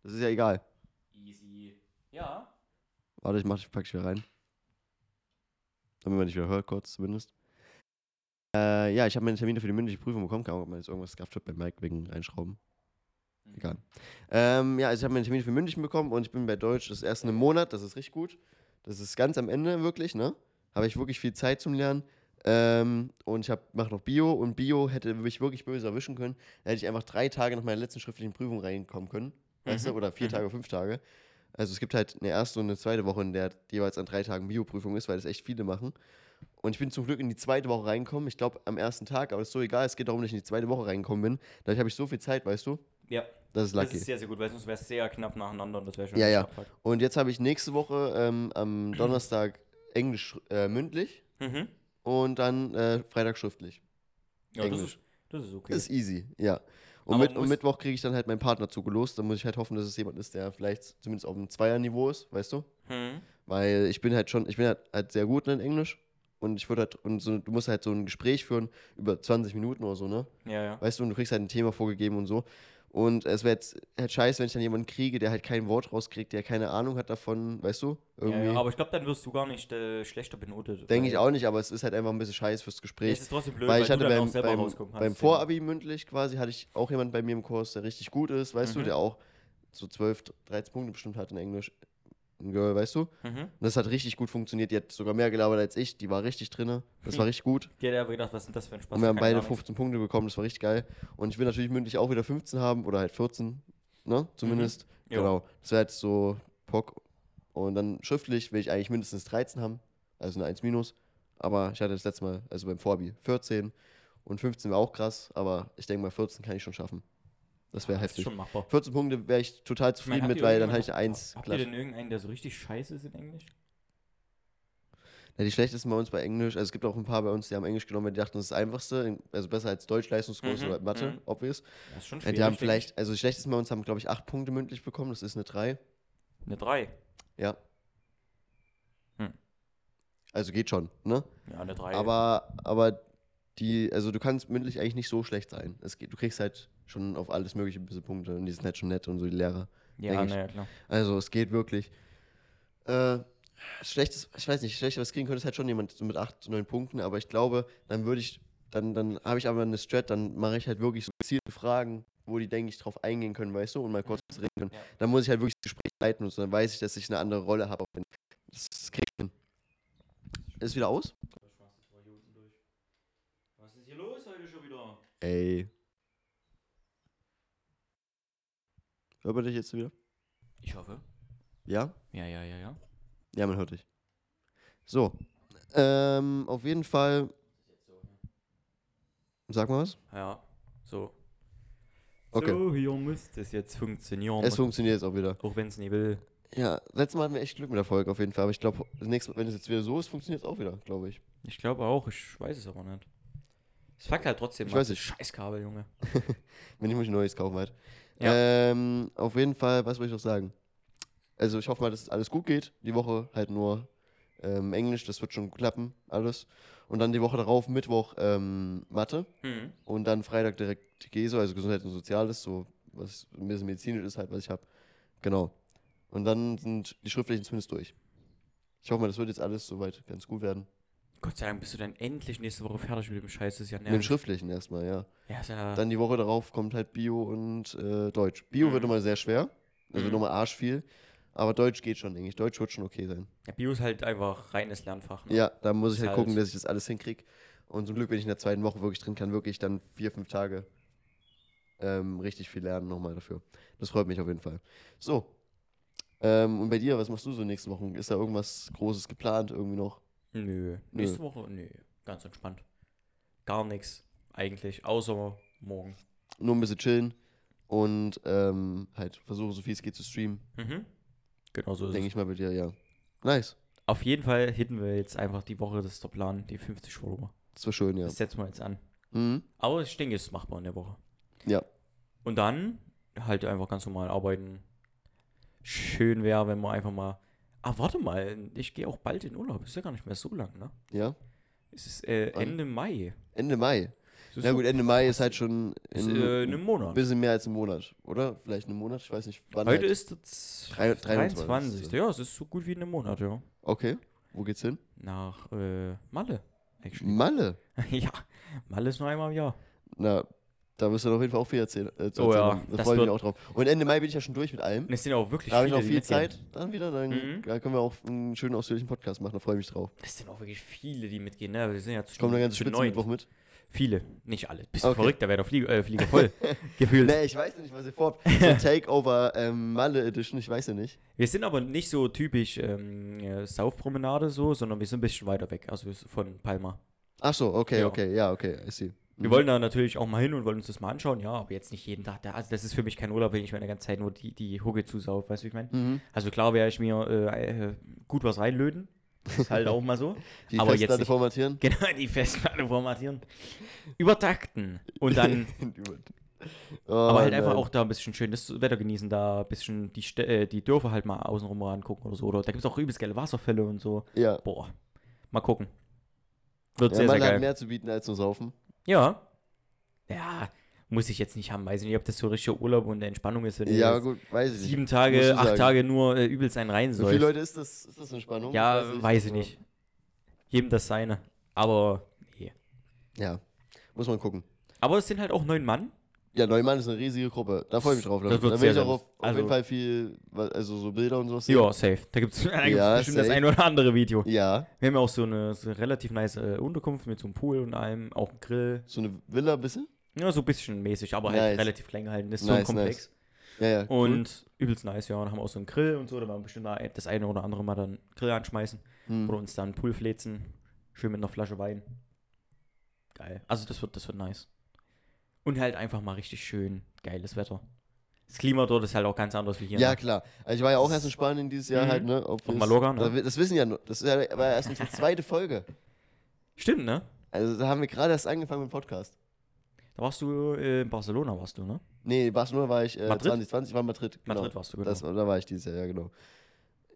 [SPEAKER 1] Das ist ja egal.
[SPEAKER 2] Easy. Ja.
[SPEAKER 1] Warte, ich mach, ich pack's wieder rein. Damit man nicht wieder hört, kurz zumindest. Äh, ja, ich habe meine Termine für die mündliche Prüfung bekommen. Keine Ahnung, ob man jetzt irgendwas gehabt hat bei Mike wegen Reinschrauben.
[SPEAKER 2] Mhm.
[SPEAKER 1] Egal. Ähm, ja, also ich habe meine Termine für mündlichen bekommen und ich bin bei Deutsch das erste im Monat. Das ist richtig gut. Das ist ganz am Ende wirklich, ne? Habe ich wirklich viel Zeit zum Lernen. Ähm, und ich hab, mach noch Bio und Bio hätte mich wirklich böse erwischen können. Da hätte ich einfach drei Tage nach meiner letzten schriftlichen Prüfung reinkommen können. Weißt du?
[SPEAKER 2] Mhm.
[SPEAKER 1] Oder vier
[SPEAKER 2] Mhm.
[SPEAKER 1] Tage, fünf Tage. Also es gibt halt eine erste und eine zweite Woche, in der jeweils an drei Tagen Bioprüfung ist, weil das echt viele machen. Und ich bin zum Glück in die zweite Woche reingekommen. Ich glaube am ersten Tag, aber ist so egal. Es geht darum, dass ich in die zweite Woche reingekommen bin. Dadurch habe ich so viel Zeit, weißt du?
[SPEAKER 2] Ja,
[SPEAKER 1] Das ist
[SPEAKER 2] das
[SPEAKER 1] lucky.
[SPEAKER 2] ist sehr, sehr gut, weil sonst wäre es sehr knapp nacheinander und das wäre schon
[SPEAKER 1] Ja,
[SPEAKER 2] echt
[SPEAKER 1] ja.
[SPEAKER 2] abfuck.
[SPEAKER 1] und jetzt habe ich nächste Woche ähm, am Donnerstag Englisch äh, mündlich
[SPEAKER 2] Mhm.
[SPEAKER 1] und dann äh, Freitag schriftlich.
[SPEAKER 2] Ja, das
[SPEAKER 1] Englisch.
[SPEAKER 2] ist, das ist okay.
[SPEAKER 1] Das ist easy, ja. Und,
[SPEAKER 2] Aber
[SPEAKER 1] mit,
[SPEAKER 2] muss-
[SPEAKER 1] und Mittwoch kriege ich dann halt meinen Partner zugelost. Dann muss ich halt hoffen, dass es jemand ist, der vielleicht zumindest auf einem Zweierniveau ist, weißt du?
[SPEAKER 2] mhm.
[SPEAKER 1] Weil ich bin halt schon, ich bin halt, halt sehr gut in Englisch. Und ich würde halt, und so, du musst halt so ein Gespräch führen über 20 Minuten oder so, ne?
[SPEAKER 2] Ja, ja.
[SPEAKER 1] Weißt du, und du kriegst halt ein Thema vorgegeben und so. Und es wäre jetzt halt scheiße, wenn ich dann jemanden kriege, der halt kein Wort rauskriegt, der keine Ahnung hat davon, weißt du?
[SPEAKER 2] Ja,
[SPEAKER 1] Irgendwie.
[SPEAKER 2] ja, aber ich glaube, dann wirst du gar nicht äh, schlechter benotet.
[SPEAKER 1] Denke
[SPEAKER 2] weil-
[SPEAKER 1] ich auch nicht, aber es ist halt einfach ein bisschen scheiße fürs Gespräch.
[SPEAKER 2] Es ist trotzdem blöd,
[SPEAKER 1] weil ich
[SPEAKER 2] du
[SPEAKER 1] hatte
[SPEAKER 2] dann
[SPEAKER 1] beim,
[SPEAKER 2] auch selber
[SPEAKER 1] beim,
[SPEAKER 2] rauskommen
[SPEAKER 1] beim
[SPEAKER 2] kannst,
[SPEAKER 1] Vorabi mündlich quasi, hatte ich auch jemanden bei mir im Kurs, der richtig gut ist, weißt du,
[SPEAKER 2] Mhm.
[SPEAKER 1] der auch so 12, 13 Punkte bestimmt hat in Englisch. ein Girl, weißt du? Und
[SPEAKER 2] Mhm.
[SPEAKER 1] das hat richtig gut funktioniert. Die hat sogar mehr gelabert als ich. Die war richtig drinne. Das war richtig gut.
[SPEAKER 2] Die hat aber gedacht, Hm. was ist denn das für ein Spaß?
[SPEAKER 1] Und wir haben
[SPEAKER 2] Kann
[SPEAKER 1] beide
[SPEAKER 2] gar nichts.
[SPEAKER 1] 15 Punkte bekommen, das war richtig geil. Und ich will natürlich mündlich auch wieder 15 haben oder halt 14, ne? Zumindest.
[SPEAKER 2] Mhm. Jo.
[SPEAKER 1] Genau. Das wäre jetzt so Pock. Und dann schriftlich will ich eigentlich mindestens 13 haben, also eine 1 minus. Aber ich hatte das letzte Mal, also beim Vorbi, 14 und 15 war auch krass, aber ich denke mal 14 kann ich schon schaffen. Das wäre
[SPEAKER 2] Das ist
[SPEAKER 1] heftig.
[SPEAKER 2] schon machbar.
[SPEAKER 1] 14 Punkte wäre ich total
[SPEAKER 2] Ich meine,
[SPEAKER 1] zufrieden
[SPEAKER 2] habt
[SPEAKER 1] mit,
[SPEAKER 2] ihr
[SPEAKER 1] weil dann hätte
[SPEAKER 2] irgendjemanden-
[SPEAKER 1] ich eine 1
[SPEAKER 2] Habt ihr
[SPEAKER 1] klatschen.
[SPEAKER 2] denn irgendeinen, der so richtig scheiße ist in Englisch?
[SPEAKER 1] Ja, die schlechtesten bei uns bei Englisch, also es gibt auch ein paar bei uns, die haben Englisch genommen, weil die dachten, das ist das einfachste, also besser als Deutsch, Leistungskurs
[SPEAKER 2] Mhm,
[SPEAKER 1] oder Mathe,
[SPEAKER 2] mhm.
[SPEAKER 1] obvious.
[SPEAKER 2] Das ist schon
[SPEAKER 1] Ja,
[SPEAKER 2] schwierig.
[SPEAKER 1] die haben vielleicht, also das schlechteste Mal uns haben, glaube ich, acht Punkte mündlich bekommen. Das ist eine 3.
[SPEAKER 2] Eine 3.
[SPEAKER 1] Ja.
[SPEAKER 2] Hm.
[SPEAKER 1] Also geht schon, ne?
[SPEAKER 2] Ja, eine 3.
[SPEAKER 1] Aber, aber die, also du kannst mündlich eigentlich nicht so schlecht sein. Es geht, du kriegst halt schon auf alles mögliche ein bisschen Punkte und die sind halt schon nett und so die Lehrer.
[SPEAKER 2] ja,
[SPEAKER 1] Englisch.
[SPEAKER 2] naja, klar.
[SPEAKER 1] Also es geht wirklich. Äh, schlechtes, ich weiß nicht, schlechter was kriegen könnte es halt schon jemand so mit 8, 9 Punkten, aber ich glaube, dann würde ich, dann, dann habe ich aber eine Strat, dann mache ich halt wirklich so gezielte Fragen, wo die, denke ich, drauf eingehen können, weißt du, und mal kurz was reden können.
[SPEAKER 2] Ja.
[SPEAKER 1] Dann muss ich halt wirklich das Gespräch leiten und so, dann weiß ich, dass ich eine andere Rolle habe. auch wenn- Das krieg ich hin. Ist wieder aus?
[SPEAKER 2] Was ist hier los heute schon wieder?
[SPEAKER 1] Ey. Hört man dich jetzt wieder?
[SPEAKER 2] Ich hoffe.
[SPEAKER 1] Ja?
[SPEAKER 2] Ja, ja, ja, ja.
[SPEAKER 1] Ja, man hört dich. So. Ähm, auf jeden Fall. Sag mal was.
[SPEAKER 2] Ja, so.
[SPEAKER 1] Okay.
[SPEAKER 2] So, hier müsste es jetzt funktionieren.
[SPEAKER 1] Es funktioniert jetzt auch wieder.
[SPEAKER 2] auch wenn es nie will.
[SPEAKER 1] Oh Ja, letztes Mal hatten wir echt Glück mit der Folge auf jeden Fall. Aber ich glaube, das nächste Mal, wenn es jetzt wieder so ist, funktioniert es auch wieder, glaube ich.
[SPEAKER 2] Ich glaube auch, ich weiß es aber nicht. Es fuckt halt trotzdem.
[SPEAKER 1] Ich
[SPEAKER 2] ab.
[SPEAKER 1] weiß nicht.
[SPEAKER 2] Scheißkabel, Junge.
[SPEAKER 1] Wenn ich muss ein neues kaufen halt.
[SPEAKER 2] Ja.
[SPEAKER 1] Ähm, auf jeden Fall, was wollte ich noch sagen? Also ich hoffe mal, dass alles gut geht. Die Woche halt nur ähm, Englisch, das wird schon klappen, alles. Und dann die Woche darauf, Mittwoch, ähm, Mathe.
[SPEAKER 2] Hm.
[SPEAKER 1] Und dann Freitag direkt GESO, also Gesundheit und Soziales, so was ein bisschen medizinisch ist halt, was ich habe. Genau. Und dann sind die Schriftlichen zumindest durch. Ich hoffe mal, das wird jetzt alles soweit ganz gut werden.
[SPEAKER 2] Gott sei Dank bist du dann endlich nächste Woche fertig mit dem Scheiß. Das ist ja
[SPEAKER 1] Mit den
[SPEAKER 2] nervig.
[SPEAKER 1] Schriftlichen erstmal, ja.
[SPEAKER 2] Ja, ist ja.
[SPEAKER 1] Dann die Woche darauf kommt halt Bio und äh, Deutsch. Bio wird
[SPEAKER 2] Mhm.
[SPEAKER 1] nochmal sehr schwer, also
[SPEAKER 2] Mhm.
[SPEAKER 1] nochmal arsch viel. Aber Deutsch geht schon, denke ich. Deutsch wird schon okay sein.
[SPEAKER 2] ja, Bio ist halt einfach reines Lernfach. Ne?
[SPEAKER 1] Ja, da muss ich
[SPEAKER 2] Ist
[SPEAKER 1] halt
[SPEAKER 2] halt-
[SPEAKER 1] gucken, dass ich das alles hinkriege. Und zum Glück bin ich in der zweiten Woche wirklich drin, kann wirklich dann vier, fünf Tage ähm, richtig viel lernen nochmal dafür. Das freut mich auf jeden Fall. So. Ähm, und bei dir, was machst du so nächste Woche? Ist da irgendwas Großes geplant irgendwie noch?
[SPEAKER 2] Nö. Nächste Woche? Nö. Ganz entspannt. Gar nichts. Eigentlich. Außer morgen.
[SPEAKER 1] Nur ein bisschen chillen und ähm, halt versuchen, so viel es geht zu streamen.
[SPEAKER 2] Mhm. Genau so ist
[SPEAKER 1] Denke
[SPEAKER 2] es.
[SPEAKER 1] ich mal bei dir, ja. Nice.
[SPEAKER 2] Auf jeden Fall hitten wir jetzt einfach die Woche, das ist der Plan, die 50 Follower.
[SPEAKER 1] Das war schön, ja.
[SPEAKER 2] Das setzen wir jetzt an.
[SPEAKER 1] Mhm.
[SPEAKER 2] Aber ich denke, es ist machbar in der Woche.
[SPEAKER 1] Ja.
[SPEAKER 2] Und dann halt einfach ganz normal arbeiten. Schön wäre, wenn man einfach mal. Ah, warte mal, ich gehe auch bald in Urlaub. Ist ja gar nicht mehr so lang, ne?
[SPEAKER 1] Ja.
[SPEAKER 2] Es ist äh,
[SPEAKER 1] Wann?
[SPEAKER 2] Ende Mai.
[SPEAKER 1] Ende Mai.
[SPEAKER 2] Es ist
[SPEAKER 1] Na
[SPEAKER 2] so-
[SPEAKER 1] gut, Ende Mai ist halt schon
[SPEAKER 2] Ist, äh, in einem
[SPEAKER 1] ein
[SPEAKER 2] Monat.
[SPEAKER 1] bisschen mehr als ein Monat, oder? Vielleicht einen Monat, ich weiß nicht. Wann
[SPEAKER 2] Heute
[SPEAKER 1] halt.
[SPEAKER 2] ist es
[SPEAKER 1] Drei-
[SPEAKER 2] 23.
[SPEAKER 1] 23..
[SPEAKER 2] Ja, es ist so gut wie in einem Monat, ja.
[SPEAKER 1] Okay, wo geht's hin?
[SPEAKER 2] Nach äh, Malle. Actually.
[SPEAKER 1] Malle.
[SPEAKER 2] ja, Malle ist nur einmal im Jahr.
[SPEAKER 1] Na, da müsst ihr auf jeden Fall auch viel erzählen. Äh, zu
[SPEAKER 2] Oh ja,
[SPEAKER 1] erzählen. Da
[SPEAKER 2] das
[SPEAKER 1] freue ich mich auch
[SPEAKER 2] wird-
[SPEAKER 1] drauf. Und Ende Mai bin ich ja schon durch mit allem.
[SPEAKER 2] Und es sind auch wirklich
[SPEAKER 1] Da habe ich
[SPEAKER 2] viele,
[SPEAKER 1] noch
[SPEAKER 2] die
[SPEAKER 1] viel
[SPEAKER 2] mitgehen.
[SPEAKER 1] Zeit dann wieder. Dann
[SPEAKER 2] Mhm.
[SPEAKER 1] da können wir auch einen schönen ausführlichen Podcast machen. Da freue ich mich drauf.
[SPEAKER 2] Es sind auch wirklich viele, die mitgehen. Ne? Wir sind ja zu,
[SPEAKER 1] Ich komme dann ganz
[SPEAKER 2] zu
[SPEAKER 1] spitz
[SPEAKER 2] neunt.
[SPEAKER 1] Mittwoch mit.
[SPEAKER 2] Viele, nicht alle. Bist
[SPEAKER 1] Okay.
[SPEAKER 2] du verrückt, da wäre der Flieger, äh, Flieger voll. Gefühlt.
[SPEAKER 1] Nee, ich weiß ja nicht, was ihr vorhabt. So Takeover ähm, Malle Edition, ich weiß ja nicht.
[SPEAKER 2] Wir sind aber nicht so typisch ähm, äh, Saufpromenade so, sondern wir sind ein bisschen weiter weg, also ist von Palma.
[SPEAKER 1] Ach so, okay,
[SPEAKER 2] Ja.
[SPEAKER 1] okay, ja, okay, I see.
[SPEAKER 2] Wir wollen da natürlich auch mal hin und wollen uns das mal anschauen, ja, aber jetzt nicht jeden Tag. Da, also das ist für mich kein Urlaub, wenn ich meine ganze Zeit nur die, die Hucke zusauf, weißt du, wie ich meine?
[SPEAKER 1] Mhm.
[SPEAKER 2] Also klar wäre ich mir äh, äh, gut was reinlöten, Das ist halt auch mal so.
[SPEAKER 1] Die
[SPEAKER 2] Aber jetzt
[SPEAKER 1] Festplatte
[SPEAKER 2] nicht.
[SPEAKER 1] formatieren.
[SPEAKER 2] Genau, die Festplatte formatieren, übertakten und dann
[SPEAKER 1] Oh,
[SPEAKER 2] Aber halt einfach
[SPEAKER 1] nein.
[SPEAKER 2] auch da ein bisschen schön das Wetter genießen, da ein bisschen die, Stä- äh, die Dörfer halt mal außenrum mal angucken oder so. Oder da gibt es auch übelst geile Wasserfälle und so.
[SPEAKER 1] Ja,
[SPEAKER 2] Boah, mal gucken. Wird
[SPEAKER 1] ja
[SPEAKER 2] sehr, sehr
[SPEAKER 1] Malle hat
[SPEAKER 2] geil.
[SPEAKER 1] mehr zu bieten als nur Saufen.
[SPEAKER 2] Ja. Ja, muss ich jetzt nicht haben. Weiß ich nicht, ob das so richtiger Urlaub und Entspannung ist, wenn du
[SPEAKER 1] Ja,
[SPEAKER 2] jetzt
[SPEAKER 1] gut, weiß ich nicht.
[SPEAKER 2] sieben
[SPEAKER 1] musst
[SPEAKER 2] Tage,
[SPEAKER 1] du
[SPEAKER 2] acht
[SPEAKER 1] sagen.
[SPEAKER 2] Tage nur äh, übelst einen rein
[SPEAKER 1] Für viele
[SPEAKER 2] soll.
[SPEAKER 1] Leute also ist das, ist das eine Spannung?
[SPEAKER 2] Ja, weiß ich nicht. Jedem das seine. Aber, nee.
[SPEAKER 1] Ja, muss man gucken.
[SPEAKER 2] Aber es sind halt auch neun Mann.
[SPEAKER 1] Ja, Neumann ist eine riesige Gruppe. Da freue ich mich drauf.
[SPEAKER 2] Das wird
[SPEAKER 1] da
[SPEAKER 2] sehr,
[SPEAKER 1] will ich
[SPEAKER 2] sehr
[SPEAKER 1] auch auf, auf
[SPEAKER 2] also-
[SPEAKER 1] jeden Fall viel, also so Bilder und sowas. sehen.
[SPEAKER 2] Ja, safe. Da gibt es
[SPEAKER 1] Ja,
[SPEAKER 2] bestimmt das
[SPEAKER 1] safe.
[SPEAKER 2] ein oder andere Video.
[SPEAKER 1] Ja,
[SPEAKER 2] Wir haben ja auch so eine, so eine relativ nice äh, Unterkunft mit so einem Pool und allem, auch einen Grill.
[SPEAKER 1] so eine Villa ein bisschen.
[SPEAKER 2] Ja, so ein bisschen mäßig, aber halt
[SPEAKER 1] Nice.
[SPEAKER 2] relativ klein gehalten. Das ist so ein
[SPEAKER 1] Nice, nice.
[SPEAKER 2] Komplex.
[SPEAKER 1] Ja, ja. cool.
[SPEAKER 2] Und übelst nice, ja. Und haben auch so einen Grill und so. Da werden wir bestimmt mal das eine oder andere Mal dann Grill anschmeißen.
[SPEAKER 1] Hm.
[SPEAKER 2] Oder uns dann einen Pool fläzen. Schön mit einer Flasche Wein. Geil. Also das wird, das wird nice. Und halt einfach mal richtig schön geiles Wetter. Das Klima dort ist halt auch ganz anders wie hier.
[SPEAKER 1] Ja,
[SPEAKER 2] ne?
[SPEAKER 1] klar. Also ich war ja auch erst in Spanien dieses Jahr
[SPEAKER 2] Mhm.
[SPEAKER 1] halt, ne? Ob
[SPEAKER 2] Auf
[SPEAKER 1] es-
[SPEAKER 2] Mallorca, ne?
[SPEAKER 1] Da wir- Das wissen ja nur. Das ist ja- war ja erst unsere zweite Folge.
[SPEAKER 2] Stimmt, ne?
[SPEAKER 1] Also da haben wir gerade erst angefangen mit dem Podcast.
[SPEAKER 2] Da warst du äh, in Barcelona, warst du, ne?
[SPEAKER 1] Nee, Barcelona war ich äh,
[SPEAKER 2] Madrid?
[SPEAKER 1] 2020, war in Madrid. Genau.
[SPEAKER 2] Madrid warst du, genau.
[SPEAKER 1] Das, war- da war ich dieses Jahr, ja, genau.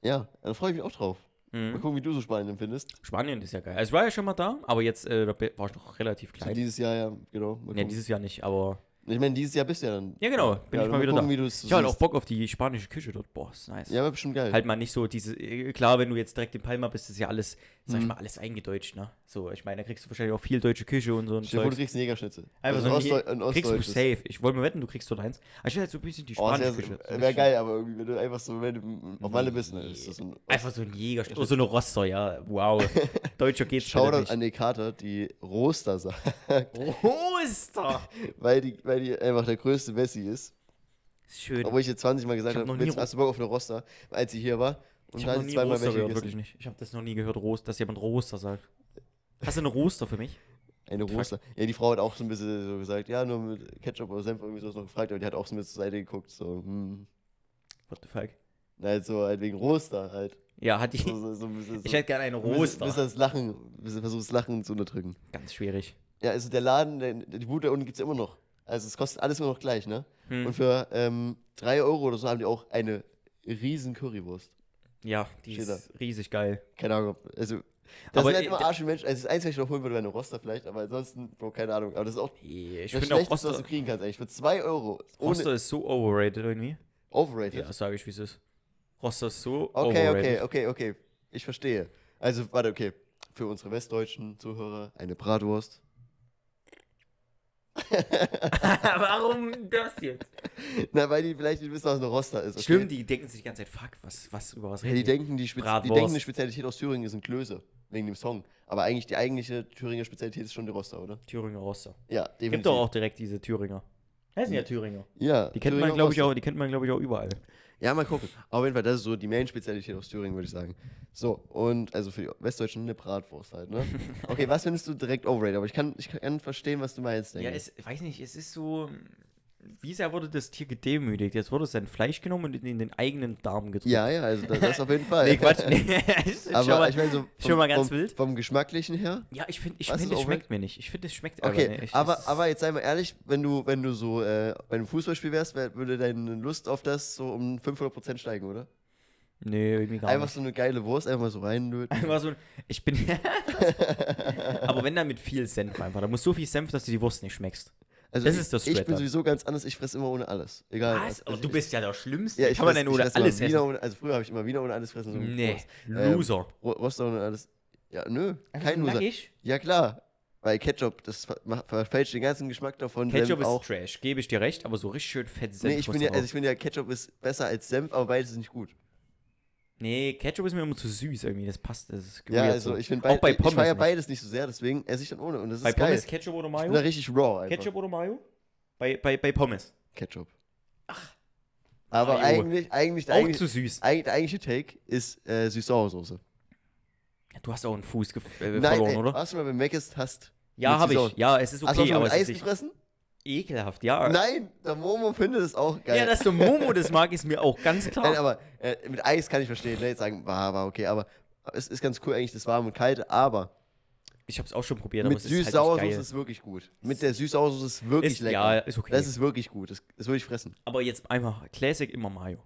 [SPEAKER 1] Ja, da freue ich mich auch drauf. Mal
[SPEAKER 2] Mhm.
[SPEAKER 1] gucken, wie du so Spanien empfindest.
[SPEAKER 2] Spanien ist ja geil. Also ich war ja schon mal da, aber jetzt äh, da bin- war ich noch relativ
[SPEAKER 1] So
[SPEAKER 2] klein.
[SPEAKER 1] dieses Jahr, ja, genau. Mal
[SPEAKER 2] Ja,
[SPEAKER 1] gucken.
[SPEAKER 2] dieses Jahr nicht, aber.
[SPEAKER 1] ich meine, dieses Jahr bist du ja dann.
[SPEAKER 2] Ja, genau. Bin
[SPEAKER 1] Ja,
[SPEAKER 2] ich
[SPEAKER 1] dann
[SPEAKER 2] mal wieder
[SPEAKER 1] gucken,
[SPEAKER 2] da.
[SPEAKER 1] Wie du es
[SPEAKER 2] Ich habe halt auch
[SPEAKER 1] siehst.
[SPEAKER 2] Bock auf die spanische Küche dort. Boah, ist nice.
[SPEAKER 1] Ja, aber bestimmt geil.
[SPEAKER 2] Halt mal nicht so diese, äh, klar, wenn du jetzt direkt in Palma bist, ist ja alles, sag
[SPEAKER 1] Mhm.
[SPEAKER 2] ich mal, alles eingedeutscht, ne? So, ich meine, da kriegst du wahrscheinlich auch viel deutsche Küche und so ein
[SPEAKER 1] Stell dir vor, du
[SPEAKER 2] Zeug.
[SPEAKER 1] kriegst eine Jägerschnitze.
[SPEAKER 2] Einfach so ein
[SPEAKER 1] Ostdeu-
[SPEAKER 2] Je- kriegst du
[SPEAKER 1] ostdeutsches.
[SPEAKER 2] safe. Ich wollte mal wetten, du kriegst dort eins. Aber ich will halt so ein bisschen die
[SPEAKER 1] Oh,
[SPEAKER 2] spanische
[SPEAKER 1] Wäre
[SPEAKER 2] Küche. so ein
[SPEAKER 1] wär
[SPEAKER 2] bisschen-
[SPEAKER 1] geil, aber irgendwie, wenn du einfach so, wenn du auf Malle bist, ne, ist das so ein
[SPEAKER 2] Einfach so ein Jäger, oh, so eine Roster, ja. Wow. Deutscher geht's schon
[SPEAKER 1] Shoutout
[SPEAKER 2] nicht.
[SPEAKER 1] an die Kater, die Roster sagt,
[SPEAKER 2] Roster!
[SPEAKER 1] weil die, weil die einfach der größte Messi ist.
[SPEAKER 2] Schön.
[SPEAKER 1] Obwohl ich jetzt 20 Mal gesagt
[SPEAKER 2] Ich hab
[SPEAKER 1] habe,
[SPEAKER 2] noch nie
[SPEAKER 1] willst,
[SPEAKER 2] Ro-
[SPEAKER 1] hast du Bock auf eine Roster, als sie hier war. Und
[SPEAKER 2] Ich
[SPEAKER 1] da
[SPEAKER 2] habe
[SPEAKER 1] hat
[SPEAKER 2] noch
[SPEAKER 1] sie
[SPEAKER 2] nie
[SPEAKER 1] zweimal
[SPEAKER 2] Roster
[SPEAKER 1] welche
[SPEAKER 2] gehört,
[SPEAKER 1] gegessen.
[SPEAKER 2] wirklich nicht. Ich habe das noch nie gehört, Rost, dass jemand Roster sagt. Hast du eine Roster für mich?
[SPEAKER 1] Eine Roster. Ja, die Frau hat auch so ein bisschen so gesagt, ja, nur mit Ketchup oder Senf irgendwie sowas noch gefragt, aber die hat auch so ein bisschen zur Seite geguckt, so, hm.
[SPEAKER 2] What the fuck?
[SPEAKER 1] Nein, so halt wegen Roster halt.
[SPEAKER 2] Ja, hat die.
[SPEAKER 1] So, so, so ein bisschen, so.
[SPEAKER 2] Ich hätte gerne eine
[SPEAKER 1] Bis,
[SPEAKER 2] Roster.
[SPEAKER 1] bis das Lachen, bis versucht das Lachen zu unterdrücken.
[SPEAKER 2] Ganz schwierig.
[SPEAKER 1] Ja, also der Laden, der, die Bude da unten gibt es immer noch. Also es kostet alles immer noch gleich, ne?
[SPEAKER 2] Hm.
[SPEAKER 1] Und für ähm, 3 Euro oder so haben die auch eine riesen Currywurst.
[SPEAKER 2] Ja, die
[SPEAKER 1] Steht
[SPEAKER 2] ist riesig geil.
[SPEAKER 1] Keine Ahnung, ob, also das
[SPEAKER 2] Aber
[SPEAKER 1] sind halt
[SPEAKER 2] i-
[SPEAKER 1] immer
[SPEAKER 2] da-
[SPEAKER 1] arsche Menschen. Also das Einzige, was ich noch holen würde, wäre eine Roster vielleicht, aber ansonsten, Bro, keine Ahnung. Aber das ist auch
[SPEAKER 2] Ich
[SPEAKER 1] das
[SPEAKER 2] finde auch
[SPEAKER 1] Schlechteste, was
[SPEAKER 2] Roster,
[SPEAKER 1] du kriegen kannst eigentlich. Für 2 Euro, ohne
[SPEAKER 2] Roster ist so overrated irgendwie.
[SPEAKER 1] overrated.
[SPEAKER 2] Ja, sage ich, wie es ist. Roster ist so
[SPEAKER 1] Okay, okay,
[SPEAKER 2] overrated.
[SPEAKER 1] okay, okay. Ich verstehe. Also, warte, okay. Für unsere westdeutschen Zuhörer eine Bratwurst.
[SPEAKER 2] Warum das jetzt?
[SPEAKER 1] Na, weil die vielleicht nicht wissen, was eine Roster ist. Okay?
[SPEAKER 2] Stimmt, die denken sich die ganze Zeit, fuck, was, was über was
[SPEAKER 1] Ja, die,
[SPEAKER 2] reden wir?
[SPEAKER 1] denken, die, Spezi- die
[SPEAKER 2] Bratwurst.
[SPEAKER 1] denken, die Spezialität aus Thüringen sind Klöße, wegen dem Song. Aber eigentlich die eigentliche Thüringer Spezialität ist schon die Roster, oder?
[SPEAKER 2] Thüringer Roster.
[SPEAKER 1] Ja,
[SPEAKER 2] Gibt
[SPEAKER 1] definitiv.
[SPEAKER 2] doch auch direkt diese Thüringer. Heißen ja Thüringer.
[SPEAKER 1] Ja,
[SPEAKER 2] Die kennt
[SPEAKER 1] Thüringer
[SPEAKER 2] man, glaube ich,
[SPEAKER 1] Roster.
[SPEAKER 2] auch, die kennt man, glaube ich, auch überall.
[SPEAKER 1] Ja, mal gucken. Auf jeden Fall, das ist so die Main-Spezialität aus Thüringen, würde ich sagen. So, und also für die Westdeutschen eine Bratwurst halt, ne? Okay, was findest du direkt overrated? Aber ich kann, ich kann verstehen, was du meinst, denke
[SPEAKER 2] Ja,
[SPEAKER 1] ich.
[SPEAKER 2] es, weiß nicht, es ist so. Wie sehr wurde das Tier gedemütigt? Jetzt wurde sein Fleisch genommen und in den eigenen Darm gedrückt.
[SPEAKER 1] Ja, ja, also das, das auf jeden Fall.
[SPEAKER 2] Nee, Quatsch. Nee, schon
[SPEAKER 1] Aber
[SPEAKER 2] mal-
[SPEAKER 1] ich meine so
[SPEAKER 2] schon mal ganz
[SPEAKER 1] vom,
[SPEAKER 2] wild.
[SPEAKER 1] vom Geschmacklichen her.
[SPEAKER 2] Ja, ich finde, ich
[SPEAKER 1] Was
[SPEAKER 2] find,
[SPEAKER 1] ist
[SPEAKER 2] es
[SPEAKER 1] auch
[SPEAKER 2] schmeckt mir nicht. Ich finde, es schmeckt
[SPEAKER 1] Okay,
[SPEAKER 2] aber nicht.
[SPEAKER 1] aber,
[SPEAKER 2] Es ist-
[SPEAKER 1] aber jetzt sei mal ehrlich, wenn du, wenn du so äh, bei einem Fußballspiel wärst, wär, würde deine Lust auf das so um 500% steigen, oder?
[SPEAKER 2] Nee, irgendwie gar
[SPEAKER 1] einfach
[SPEAKER 2] nicht.
[SPEAKER 1] so eine geile Wurst, einfach mal so also reinlöten.
[SPEAKER 2] Einfach so, ein- ich bin. aber wenn dann mit viel Senf einfach. Da muss so viel Senf, dass du die Wurst nicht schmeckst.
[SPEAKER 1] Also
[SPEAKER 2] Das
[SPEAKER 1] ich,
[SPEAKER 2] ist das
[SPEAKER 1] Ich bin
[SPEAKER 2] Spreader.
[SPEAKER 1] sowieso ganz anders, ich fresse immer ohne alles. Egal. Also
[SPEAKER 2] Was? Aber du bist ja der Schlimmste.
[SPEAKER 1] ja, ich
[SPEAKER 2] Kann man
[SPEAKER 1] fress-
[SPEAKER 2] denn
[SPEAKER 1] ich
[SPEAKER 2] ohne
[SPEAKER 1] fress immer
[SPEAKER 2] alles
[SPEAKER 1] Wiener
[SPEAKER 2] essen?
[SPEAKER 1] ohne, Also früher habe ich immer Wiener ohne alles fressen. So mit
[SPEAKER 2] Nee,
[SPEAKER 1] Wurst. Ähm,
[SPEAKER 2] Loser.
[SPEAKER 1] Ro- Roster ohne alles. Ja, nö, kein Loser.
[SPEAKER 2] Nackig?
[SPEAKER 1] Ja, klar. Weil Ketchup, das ver- macht- verfälscht den ganzen Geschmack davon.
[SPEAKER 2] Ketchup
[SPEAKER 1] Senf
[SPEAKER 2] ist
[SPEAKER 1] Ähm, auch.
[SPEAKER 2] Trash, gebe ich dir recht, aber so richtig schön fett Senf.
[SPEAKER 1] Nee, ich
[SPEAKER 2] muss
[SPEAKER 1] bin ja,
[SPEAKER 2] drauf.
[SPEAKER 1] also ich finde ja, Ketchup ist besser als Senf, aber beides ist nicht gut.
[SPEAKER 2] nee, Ketchup ist mir immer zu süß irgendwie, das passt, das ist
[SPEAKER 1] Ja,
[SPEAKER 2] weird
[SPEAKER 1] also
[SPEAKER 2] so.
[SPEAKER 1] ich finde
[SPEAKER 2] Auch bei Pommes
[SPEAKER 1] Ich feiere
[SPEAKER 2] nicht.
[SPEAKER 1] beides nicht so sehr, deswegen esse ich dann ohne. Und das ist
[SPEAKER 2] Bei
[SPEAKER 1] geil.
[SPEAKER 2] Pommes Ketchup oder
[SPEAKER 1] ich bin da
[SPEAKER 2] Mayo?
[SPEAKER 1] richtig raw einfach.
[SPEAKER 2] Ketchup oder Mayo? Bei, bei, bei Pommes.
[SPEAKER 1] Ketchup. Ach. Aber
[SPEAKER 2] Mario.
[SPEAKER 1] eigentlich, eigentlich, der
[SPEAKER 2] Auch zu
[SPEAKER 1] eigentlich,
[SPEAKER 2] süß.
[SPEAKER 1] eigentlich, der eigentliche Take ist äh, süß-saure Soße.
[SPEAKER 2] Du hast auch einen Fuß gef- äh,
[SPEAKER 1] Nein,
[SPEAKER 2] verloren,
[SPEAKER 1] ey,
[SPEAKER 2] oder?
[SPEAKER 1] warst du mal bei Meckes, hast.
[SPEAKER 2] Ja,
[SPEAKER 1] mit
[SPEAKER 2] habe
[SPEAKER 1] Süßsauce-
[SPEAKER 2] ich. Ja, es
[SPEAKER 1] Hast
[SPEAKER 2] ist
[SPEAKER 1] du auch
[SPEAKER 2] okay,
[SPEAKER 1] schon
[SPEAKER 2] aber
[SPEAKER 1] mit
[SPEAKER 2] es ist
[SPEAKER 1] Eis
[SPEAKER 2] nicht
[SPEAKER 1] gefressen?
[SPEAKER 2] ekelhaft. Ja,
[SPEAKER 1] Nein, der Momo findet es auch geil.
[SPEAKER 2] ja dass der Momo das mag, ist mir auch ganz klar.
[SPEAKER 1] Nein, aber äh, mit Eis kann ich verstehen. Ne? Jetzt sagen, war, war okay, aber es ist ganz cool eigentlich, das warme und kalte, aber
[SPEAKER 2] ich habe es auch schon probiert, aber
[SPEAKER 1] mit
[SPEAKER 2] es ist halt
[SPEAKER 1] süß-sauer
[SPEAKER 2] nicht geil.
[SPEAKER 1] Soße ist wirklich gut. Mit der süß-sauer Soße ist wirklich
[SPEAKER 2] Ist-
[SPEAKER 1] lecker.
[SPEAKER 2] ja, ist okay.
[SPEAKER 1] Das ist wirklich gut. Das, das würde ich fressen.
[SPEAKER 2] aber jetzt einfach Classic immer Mayo.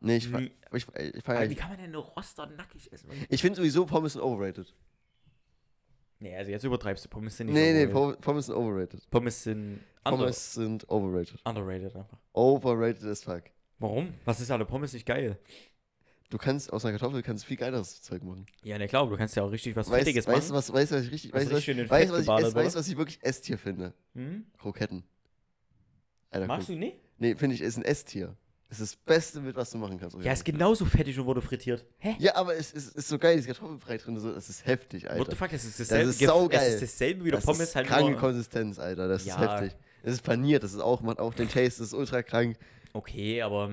[SPEAKER 1] Nee, ich, fa-
[SPEAKER 2] Wie-
[SPEAKER 1] ich, ich, feier-
[SPEAKER 2] Wie kann man denn eine Roster nackig essen?
[SPEAKER 1] ich finde sowieso Pommes sind overrated.
[SPEAKER 2] Nee, also jetzt übertreibst du. Pommes sind nicht
[SPEAKER 1] Nee, nee,
[SPEAKER 2] overrated.
[SPEAKER 1] Pom- Pommes sind overrated.
[SPEAKER 2] Pommes sind under
[SPEAKER 1] Pommes sind overrated.
[SPEAKER 2] underrated einfach.
[SPEAKER 1] Overrated as fuck.
[SPEAKER 2] Warum? Was ist alle Pommes nicht geil?
[SPEAKER 1] Du kannst aus einer Kartoffel kannst viel geileres Zeug machen.
[SPEAKER 2] Ja, na klar, du kannst ja auch richtig was
[SPEAKER 1] Weißt
[SPEAKER 2] Fettiges
[SPEAKER 1] weißt du,
[SPEAKER 2] machen.
[SPEAKER 1] was, weißt, du, was ich richtig,
[SPEAKER 2] Was
[SPEAKER 1] weißt, du, was,
[SPEAKER 2] richtig schön in
[SPEAKER 1] weißt,
[SPEAKER 2] Fett
[SPEAKER 1] du, was, ich
[SPEAKER 2] geballert,
[SPEAKER 1] ess, weißt, du,
[SPEAKER 2] oder?
[SPEAKER 1] was ich wirklich Esstier finde?
[SPEAKER 2] Hm?
[SPEAKER 1] Kroketten. Alter,
[SPEAKER 2] Magst du
[SPEAKER 1] cool.
[SPEAKER 2] ihn nicht?
[SPEAKER 1] Nee, finde ich, ist ein Esstier. Ist das Beste, mit was du machen kannst. auf
[SPEAKER 2] Ja,
[SPEAKER 1] jeden
[SPEAKER 2] ist genauso fettig und wurde frittiert. Hä?
[SPEAKER 1] Fall. ja aber es ist, ist so geil, diese Kartoffelbrei drin, so, das ist heftig, Alter.
[SPEAKER 2] What the fuck, das ist dasselbe,
[SPEAKER 1] ist saugeil.
[SPEAKER 2] Es ist dasselbe wie der
[SPEAKER 1] das
[SPEAKER 2] Pommes,
[SPEAKER 1] ist
[SPEAKER 2] halt
[SPEAKER 1] kranke
[SPEAKER 2] nur...
[SPEAKER 1] Konsistenz, Alter, das
[SPEAKER 2] Ja.
[SPEAKER 1] ist heftig. Es ist paniert, das ist auch, macht auch den Taste, das ist ultra krank.
[SPEAKER 2] Okay, aber...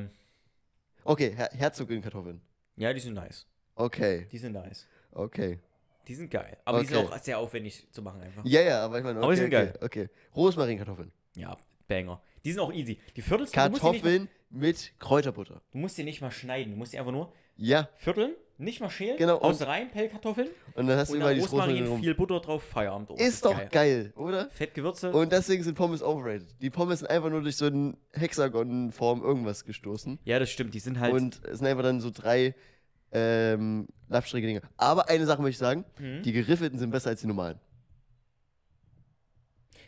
[SPEAKER 1] Okay, Her Herzog in Kartoffeln.
[SPEAKER 2] Ja, die sind nice.
[SPEAKER 1] Okay,
[SPEAKER 2] Die sind nice.
[SPEAKER 1] okay.
[SPEAKER 2] Die sind geil. Aber die sind
[SPEAKER 1] Okay.
[SPEAKER 2] auch sehr aufwendig zu machen einfach.
[SPEAKER 1] Ja, ja, aber ich meine, okay,
[SPEAKER 2] Aber die sind
[SPEAKER 1] okay,
[SPEAKER 2] geil.
[SPEAKER 1] okay. Rosmarinkartoffeln.
[SPEAKER 2] Ja, Banger. Die sind auch easy. Die viertelst du, musst die nicht, mal-
[SPEAKER 1] Kartoffeln mit Kräuterbutter.
[SPEAKER 2] du musst die nicht mal schneiden. Du musst die einfach nur
[SPEAKER 1] Ja,
[SPEAKER 2] vierteln, nicht mal schälen,
[SPEAKER 1] Genau,
[SPEAKER 2] aus
[SPEAKER 1] und-
[SPEAKER 2] rein, Pellkartoffeln
[SPEAKER 1] und dann hast du
[SPEAKER 2] und
[SPEAKER 1] immer
[SPEAKER 2] dann
[SPEAKER 1] die Rosmarin
[SPEAKER 2] Rosmarin,
[SPEAKER 1] rum.
[SPEAKER 2] viel Butter drauf, Feierabend. Oh,
[SPEAKER 1] Ist doch geil. oder?
[SPEAKER 2] Fettgewürze.
[SPEAKER 1] Und deswegen sind Pommes overrated. Die Pommes sind einfach nur durch so eine Hexagon-Form irgendwas gestoßen.
[SPEAKER 2] ja, das stimmt. Die sind halt...
[SPEAKER 1] Und es sind einfach dann so drei ähm, lapschrige Dinge. Aber eine Sache möchte ich sagen:
[SPEAKER 2] Mhm.
[SPEAKER 1] Die geriffelten sind besser als die normalen.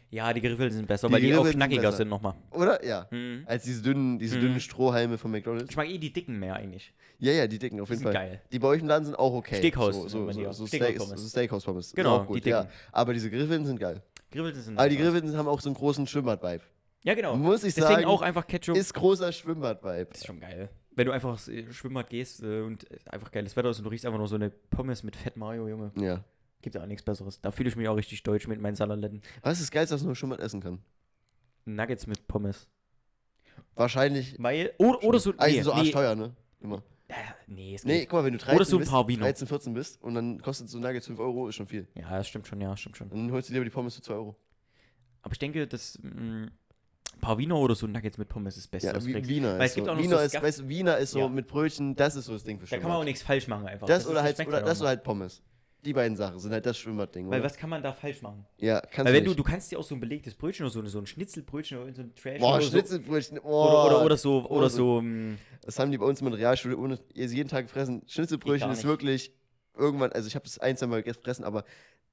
[SPEAKER 2] ja, die geriffelten sind besser,
[SPEAKER 1] Die
[SPEAKER 2] weil die auch
[SPEAKER 1] geriffelten sind
[SPEAKER 2] knackiger
[SPEAKER 1] besser.
[SPEAKER 2] sind nochmal.
[SPEAKER 1] Oder? Ja.
[SPEAKER 2] Mhm.
[SPEAKER 1] Als diese dünnen, diese
[SPEAKER 2] Mhm.
[SPEAKER 1] dünnen Strohhalme von McDonalds.
[SPEAKER 2] Ich mag eh die dicken mehr eigentlich.
[SPEAKER 1] Ja, ja, die dicken auf
[SPEAKER 2] Die
[SPEAKER 1] jeden
[SPEAKER 2] sind
[SPEAKER 1] Fall.
[SPEAKER 2] geil.
[SPEAKER 1] Die bei euch im Laden sind auch okay.
[SPEAKER 2] Steakhouse
[SPEAKER 1] So,
[SPEAKER 2] nennt
[SPEAKER 1] so,
[SPEAKER 2] man die
[SPEAKER 1] so,
[SPEAKER 2] auch.
[SPEAKER 1] so
[SPEAKER 2] Steakhouse-Pommes.
[SPEAKER 1] Steakhouse-Pommes. So Steakhouse
[SPEAKER 2] Genau,
[SPEAKER 1] auch gut,
[SPEAKER 2] die
[SPEAKER 1] ja.
[SPEAKER 2] dicken.
[SPEAKER 1] Aber diese geriffelten sind geil.
[SPEAKER 2] Geriffelte sind
[SPEAKER 1] Aber Ah, die
[SPEAKER 2] nice.
[SPEAKER 1] geriffelten haben auch so einen großen Schwimmbad-Vibe.
[SPEAKER 2] Ja, genau.
[SPEAKER 1] Muss ich
[SPEAKER 2] Deswegen
[SPEAKER 1] sagen,
[SPEAKER 2] auch einfach Ketchup.
[SPEAKER 1] Ist großer Schwimmbad-Vibe.
[SPEAKER 2] Das ist schon geil. Wenn du einfach ins äh, Schwimmbad gehst äh, und äh, einfach geiles Wetter ist und du riechst einfach nur so eine Pommes mit Fett Mario, Junge.
[SPEAKER 1] Ja.
[SPEAKER 2] Gibt ja auch nichts Besseres. Da fühle ich mich auch richtig deutsch mit meinen Salaletten.
[SPEAKER 1] Was ist das Geilste, was man im Schwimmbad essen kann?
[SPEAKER 2] Nuggets mit Pommes.
[SPEAKER 1] Wahrscheinlich.
[SPEAKER 2] Weil, oder, oder so.
[SPEAKER 1] Eigentlich so
[SPEAKER 2] nee,
[SPEAKER 1] arschteuer, ne? Immer.
[SPEAKER 2] Äh, nee, es
[SPEAKER 1] Nee,
[SPEAKER 2] geht.
[SPEAKER 1] guck mal, wenn du 13,
[SPEAKER 2] Oder so ein paar
[SPEAKER 1] bist,
[SPEAKER 2] Wiener.
[SPEAKER 1] 13 14 bist und dann kostet so ein Nuggets 5 Euro, ist schon viel.
[SPEAKER 2] Ja, das stimmt schon, ja, das stimmt schon.
[SPEAKER 1] Dann holst du dir aber die Pommes für 2 Euro.
[SPEAKER 2] Aber ich denke, dass mh, ein paar Wiener oder so Nuggets mit Pommes ist besser.
[SPEAKER 1] Ja,
[SPEAKER 2] was du
[SPEAKER 1] Wie-
[SPEAKER 2] kriegst.
[SPEAKER 1] Wiener
[SPEAKER 2] Weil
[SPEAKER 1] ist
[SPEAKER 2] es gibt
[SPEAKER 1] so.
[SPEAKER 2] auch noch
[SPEAKER 1] Wiener
[SPEAKER 2] so
[SPEAKER 1] ist,
[SPEAKER 2] Scuff-
[SPEAKER 1] weißt, du, Wiener ist so
[SPEAKER 2] Ja.
[SPEAKER 1] mit Brötchen, das ist so das Ding für
[SPEAKER 2] Da kann man auch
[SPEAKER 1] Schwimmbad.
[SPEAKER 2] nichts falsch machen einfach.
[SPEAKER 1] Das,
[SPEAKER 2] ist-
[SPEAKER 1] oder halt,
[SPEAKER 2] schmeckt
[SPEAKER 1] oder,
[SPEAKER 2] ja
[SPEAKER 1] das
[SPEAKER 2] nochmal.
[SPEAKER 1] oder halt Pommes. Die beiden Sachen sind halt das Schwimmbad-Ding.
[SPEAKER 2] Weil
[SPEAKER 1] oder?
[SPEAKER 2] was kann man da falsch machen?
[SPEAKER 1] Ja, kannst
[SPEAKER 2] Weil wenn du,
[SPEAKER 1] nicht.
[SPEAKER 2] du kannst dir auch so ein belegtes Brötchen oder so, so ein Schnitzelbrötchen oder so ein Trash
[SPEAKER 1] Boah,
[SPEAKER 2] oder, so,
[SPEAKER 1] Schnitzelbrötchen.
[SPEAKER 2] oder,
[SPEAKER 1] Boah.
[SPEAKER 2] oder, oder so oder
[SPEAKER 1] Wahnsinn.
[SPEAKER 2] so mm, mh,
[SPEAKER 1] Das haben die bei uns in der Realschule ohne, jeden Tag gefressen.
[SPEAKER 2] Geht
[SPEAKER 1] Schnitzelbrötchen
[SPEAKER 2] gar
[SPEAKER 1] ist
[SPEAKER 2] nicht.
[SPEAKER 1] wirklich irgendwann, also ich habe es ein, zwei Mal gefressen, aber